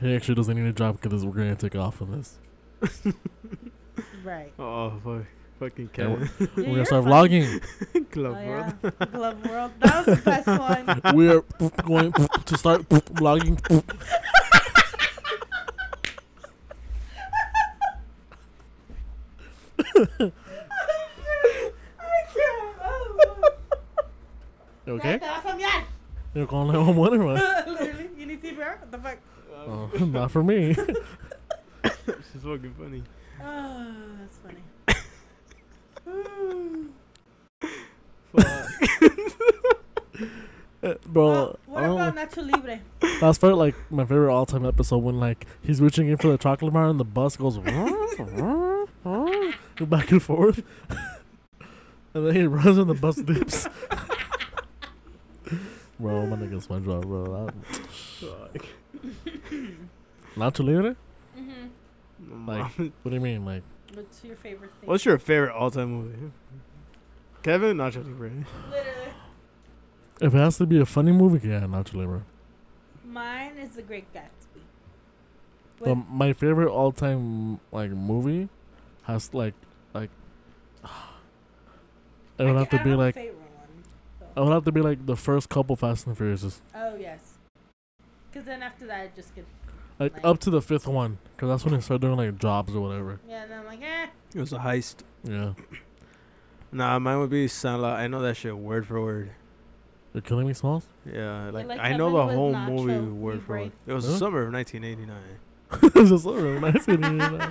Speaker 1: He actually doesn't need a job because we're gonna take off on this.
Speaker 3: Right.
Speaker 2: Oh, fuck. Fucking
Speaker 1: Yeah,
Speaker 2: Kevin.
Speaker 1: We're
Speaker 3: Yeah,
Speaker 1: gonna
Speaker 3: you're
Speaker 1: start
Speaker 3: funny.
Speaker 1: vlogging.
Speaker 2: Club
Speaker 3: Oh,
Speaker 2: World.
Speaker 3: yeah. Glove World. That was the best one.
Speaker 1: We're going to start vlogging.
Speaker 3: I can't. Oh,
Speaker 1: You okay?
Speaker 3: Oh, Te vas a cambiar.
Speaker 1: You You're calling it home winner, right?
Speaker 3: Literally, you need CPR? What the fuck?
Speaker 1: Oh, not for me.
Speaker 2: This is fucking funny.
Speaker 3: Oh, that's funny. Mm.
Speaker 1: Eh,
Speaker 3: Uh,
Speaker 1: Bro,
Speaker 3: what
Speaker 1: I don't-
Speaker 3: about Nacho Libre?
Speaker 1: that's for like my favorite all time episode when like he's reaching in for the chocolate bar and the bus goes back and forth. and then he runs and the bus dips. bro, my nigga SpongeBob, bro. That,
Speaker 2: Fuck.
Speaker 1: not to leave it?
Speaker 3: Mm-hmm.
Speaker 1: Like- What do you mean? Like,
Speaker 3: What's your favorite thing?
Speaker 2: what's your favorite all-time movie? Kevin, Nacho Libre.
Speaker 3: Literally.
Speaker 1: if it has to be a funny movie, yeah, not to leave it.
Speaker 3: Mine is The Great Gatsby. What?
Speaker 1: But my favorite all time like movie has like like it would
Speaker 3: I
Speaker 1: have
Speaker 3: ca-
Speaker 1: to
Speaker 3: I
Speaker 1: be
Speaker 3: don't
Speaker 1: like
Speaker 3: have a favorite one, so.
Speaker 1: it would have to be like the first couple Fast and Furious,
Speaker 3: Oh yes. Cause then after that, I just get
Speaker 1: like
Speaker 3: Like-
Speaker 1: up to the fifth one, because that's when they start doing like jobs or whatever.
Speaker 3: yeah. And I'm like, eh.
Speaker 2: It was a heist.
Speaker 1: Yeah,
Speaker 2: Nah, mine would be Sandlot. I know that shit word for word.
Speaker 1: you're killing me, Smalls.
Speaker 2: Yeah, like,
Speaker 3: like
Speaker 2: I know
Speaker 3: Kevin
Speaker 2: the
Speaker 3: with
Speaker 2: whole
Speaker 3: Nacho
Speaker 2: movie word for
Speaker 3: Libre.
Speaker 2: word. It was the
Speaker 1: Huh?
Speaker 2: summer of 1989.
Speaker 1: It's just so romantic, you know?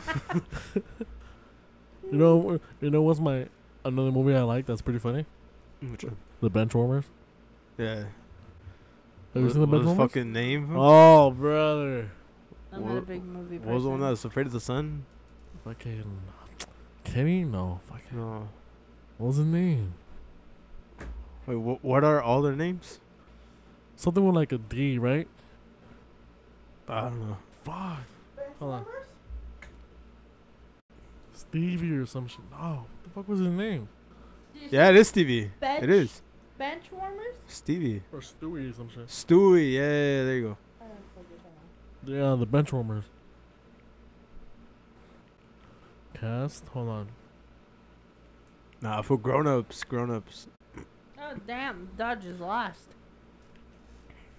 Speaker 1: You know, you know what's my another movie I like that's pretty funny?
Speaker 2: Which one?
Speaker 1: The Benchwarmers.
Speaker 2: Yeah.
Speaker 1: Have you
Speaker 2: What-
Speaker 1: seen the
Speaker 2: what was the
Speaker 1: Benchwarmers?
Speaker 2: fucking name?
Speaker 1: Oh, brother.
Speaker 3: I'm not a
Speaker 2: What-
Speaker 3: big movie person.
Speaker 2: What was the one that was afraid of the sun?
Speaker 1: Fucking Kenny? No, fucking.
Speaker 2: No.
Speaker 1: What was his name?
Speaker 2: Wait, wh- what are all their names?
Speaker 1: Something with like a D, right?
Speaker 2: I don't know.
Speaker 1: Fuck. Hold on. Stevie or some shit. No. What the fuck was his name?
Speaker 2: Yeah, it is Stevie.
Speaker 3: Bench,
Speaker 2: It is
Speaker 3: Bench warmers.
Speaker 2: Stevie.
Speaker 1: Or Stewie or some shit.
Speaker 2: Stewie. Yeah, yeah, there you go.
Speaker 3: I don't fucking know.
Speaker 1: Yeah, the Benchwarmers. Cast? Hold on.
Speaker 2: Nah, for grown-ups, grown-ups.
Speaker 3: Oh damn! Dodge is lost.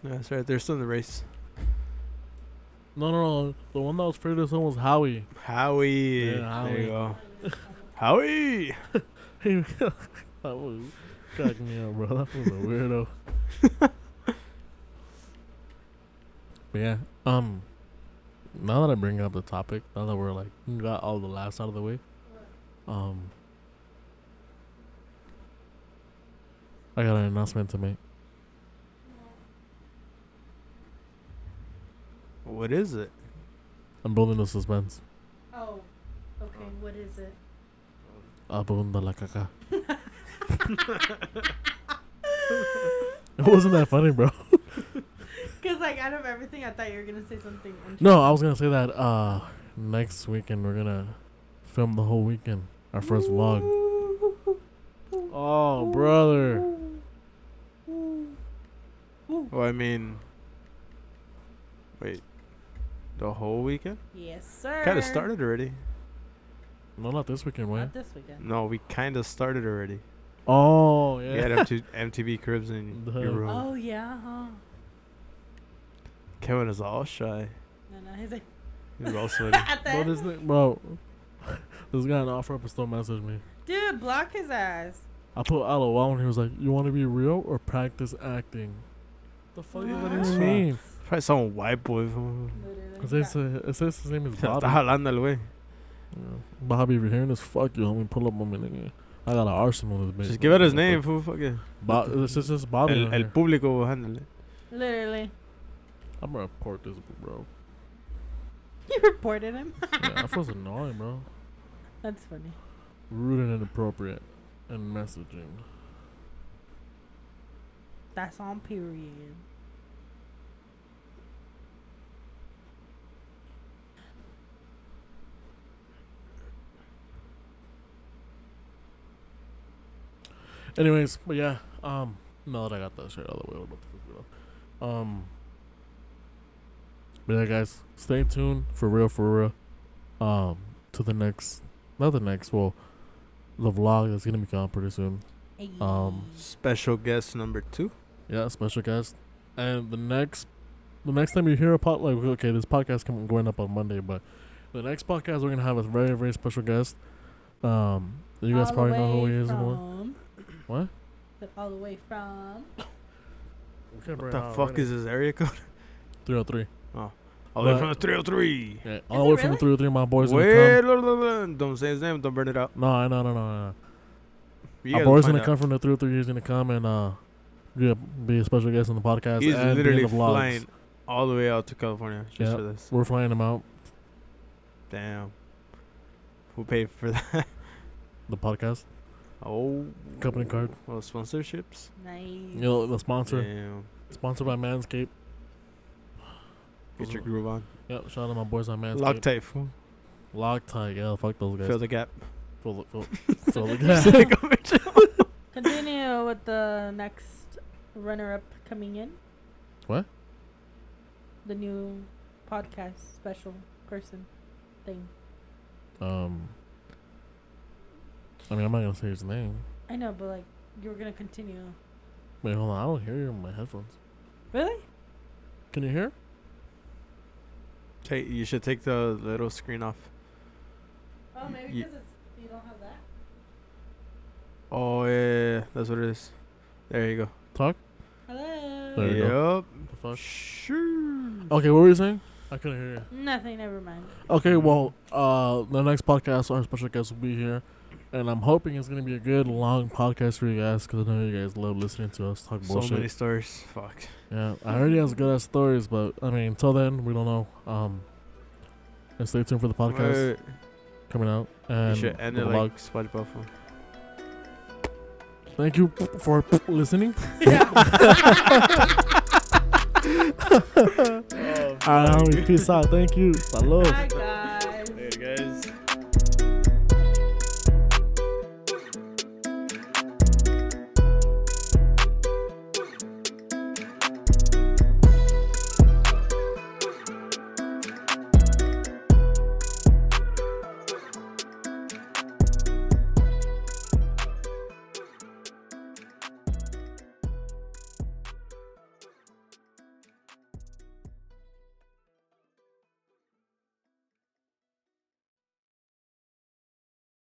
Speaker 2: Yeah, that's right. They're still in the race.
Speaker 1: No, no, no. The one that was afraid of someone was Howie.
Speaker 2: Howie.
Speaker 1: Yeah,
Speaker 2: There you
Speaker 1: Howie.
Speaker 2: go. Howie.
Speaker 1: Hey, that was cracking me up, bro. That was a weirdo. but yeah, um, now that I bring up the topic, now that we're like got all the laughs out of the way, um, I got an announcement to make.
Speaker 2: What is it?
Speaker 1: I'm building the suspense.
Speaker 3: Oh. Okay. What is it?
Speaker 1: Abunda la caca. It wasn't that funny, bro.
Speaker 3: Cause like out of everything, I thought you were gonna say something. Interesting.
Speaker 1: No, I was gonna say that uh next weekend we're gonna film the whole weekend. Our first vlog. Oh brother.
Speaker 2: Well, I mean, wait, the whole weekend?
Speaker 3: Yes, sir.
Speaker 2: Kind of started already.
Speaker 1: No not this weekend, wait.
Speaker 3: Not this weekend.
Speaker 2: No, we kind of started already.
Speaker 1: Oh
Speaker 2: We had
Speaker 1: yeah.
Speaker 2: MT- MTV Cribs in
Speaker 1: The-
Speaker 2: your room.
Speaker 3: Oh yeah, huh?
Speaker 2: Kevin is all shy.
Speaker 3: No, no, he's like
Speaker 2: He was all sweaty.
Speaker 3: at the
Speaker 1: Bro
Speaker 3: end.
Speaker 1: this ni- bro this guy an offer up and still messaged me.
Speaker 3: Dude, block his ass.
Speaker 1: I put LOL and he was like, You wanna be real or practice acting? The fuck does that even
Speaker 2: What?
Speaker 1: mean?
Speaker 2: Probably some white boy. from-
Speaker 1: It
Speaker 3: Literally.
Speaker 1: says, uh, it says his name is
Speaker 2: Está
Speaker 1: Bobby.
Speaker 2: jalando el güey.
Speaker 1: Yeah. Bobby, if you're hearing this, fuck you, homie. Pull up on me, nigga. I got an arsenal in this bitch.
Speaker 2: Just give out his
Speaker 1: motherfucker.
Speaker 2: name, fool. Fuck it.
Speaker 1: Bo- this is just Bobby.
Speaker 2: El,
Speaker 1: right
Speaker 2: el
Speaker 1: here.
Speaker 2: público will handle it.
Speaker 3: Literally.
Speaker 1: I'm gonna report this, bro.
Speaker 3: You reported him.
Speaker 1: Yeah, that feels annoying, bro.
Speaker 3: That's funny.
Speaker 1: Rude and inappropriate, and messaging.
Speaker 3: That's on period.
Speaker 1: Anyways, but yeah, um, now that I got that shit out of the way, what about the fuck, bro? Um, but yeah, guys, stay tuned for real, for real. Um, to the next, not the next, well, the vlog that's gonna be coming pretty soon. Um,
Speaker 2: Special guest number two.
Speaker 1: Yeah, special guest. And the next, the next time you hear a pod, like okay, this podcast coming going up on Monday, but the next podcast we're gonna have a very very special guest. Um, you guys
Speaker 3: All the
Speaker 1: probably know who
Speaker 3: way
Speaker 1: he is. and what-
Speaker 3: From,
Speaker 1: What?
Speaker 3: But all the way from
Speaker 1: We can't
Speaker 2: What
Speaker 1: bring
Speaker 2: the
Speaker 1: it out
Speaker 2: fuck
Speaker 1: already.
Speaker 2: is his area code?
Speaker 1: 303?
Speaker 2: Oh, they're
Speaker 1: But-
Speaker 2: from the 303.
Speaker 1: Yeah,
Speaker 3: it
Speaker 1: all the way from the
Speaker 3: really?
Speaker 1: 303, my boys. gonna come.
Speaker 2: Wait, blah, blah, blah, and don't say his name. Don't burn it out.
Speaker 1: No, I- no, no, no, no.
Speaker 2: You
Speaker 1: Our
Speaker 2: guys
Speaker 1: boy's
Speaker 2: find
Speaker 1: gonna
Speaker 2: out.
Speaker 1: come from the through three. He's gonna come and uh, yeah, be a special guest on the podcast
Speaker 2: He's
Speaker 1: and be in
Speaker 2: literally
Speaker 1: the vlogs.
Speaker 2: flying all the way out to California just
Speaker 1: Yeah.
Speaker 2: for this.
Speaker 1: We're flying him out
Speaker 2: Damn. Who paid for that?
Speaker 1: the podcast.
Speaker 2: Oh.
Speaker 1: Company card.
Speaker 2: Well, sponsorships.
Speaker 3: Nice.
Speaker 1: You know, the sponsor
Speaker 2: Damn.
Speaker 1: sponsored by Manscaped.
Speaker 2: Get
Speaker 1: Those
Speaker 2: your
Speaker 1: are-
Speaker 2: groove on.
Speaker 1: Yep, shout out to my boys on Manscaped.
Speaker 2: Loctite. fool.
Speaker 1: Loctite, yeah, fuck those guys.
Speaker 2: Fill the gap.
Speaker 1: Fill the- fill- fill the gap.
Speaker 3: Continue with the next runner up coming in.
Speaker 1: What?
Speaker 3: The new podcast special person thing.
Speaker 1: Um, I mean, I'm not gonna say his name.
Speaker 3: I know, but like you were gonna continue.
Speaker 1: Wait, hold on. I don't hear you in my headphones.
Speaker 3: Really?
Speaker 1: Can you hear?
Speaker 2: Take, you should take the little screen off.
Speaker 3: Oh, maybe
Speaker 2: Ye-
Speaker 3: because it's you don't have that.
Speaker 2: Oh, yeah, yeah, yeah. That's what it is. There you go.
Speaker 1: Talk.
Speaker 3: Hello.
Speaker 1: There you Oh,
Speaker 2: yep.
Speaker 1: The fuck?
Speaker 2: Sure.
Speaker 1: Okay, what were you saying? I couldn't hear you.
Speaker 3: Nothing. Never mind.
Speaker 1: Okay,
Speaker 2: Mm-hmm.
Speaker 1: well, uh, the next podcast, our special guest will be here, and I'm hoping it's gonna be a good long podcast for you guys because I know you guys love listening to us talk
Speaker 2: So
Speaker 1: bullshit.
Speaker 2: many stars. Fuck.
Speaker 1: Yeah, I heard he has good ass stories, but I mean, until then, we don't know. Um, and stay tuned for the podcast
Speaker 2: Wait,
Speaker 1: coming out.
Speaker 2: You
Speaker 1: And
Speaker 2: should end
Speaker 1: the
Speaker 2: it
Speaker 1: vlog.
Speaker 2: like SpongeBob. fool.
Speaker 1: Thank you for listening.
Speaker 2: Oh,
Speaker 1: All right, homie, peace out. Thank you. Salud.
Speaker 3: Bye, guys.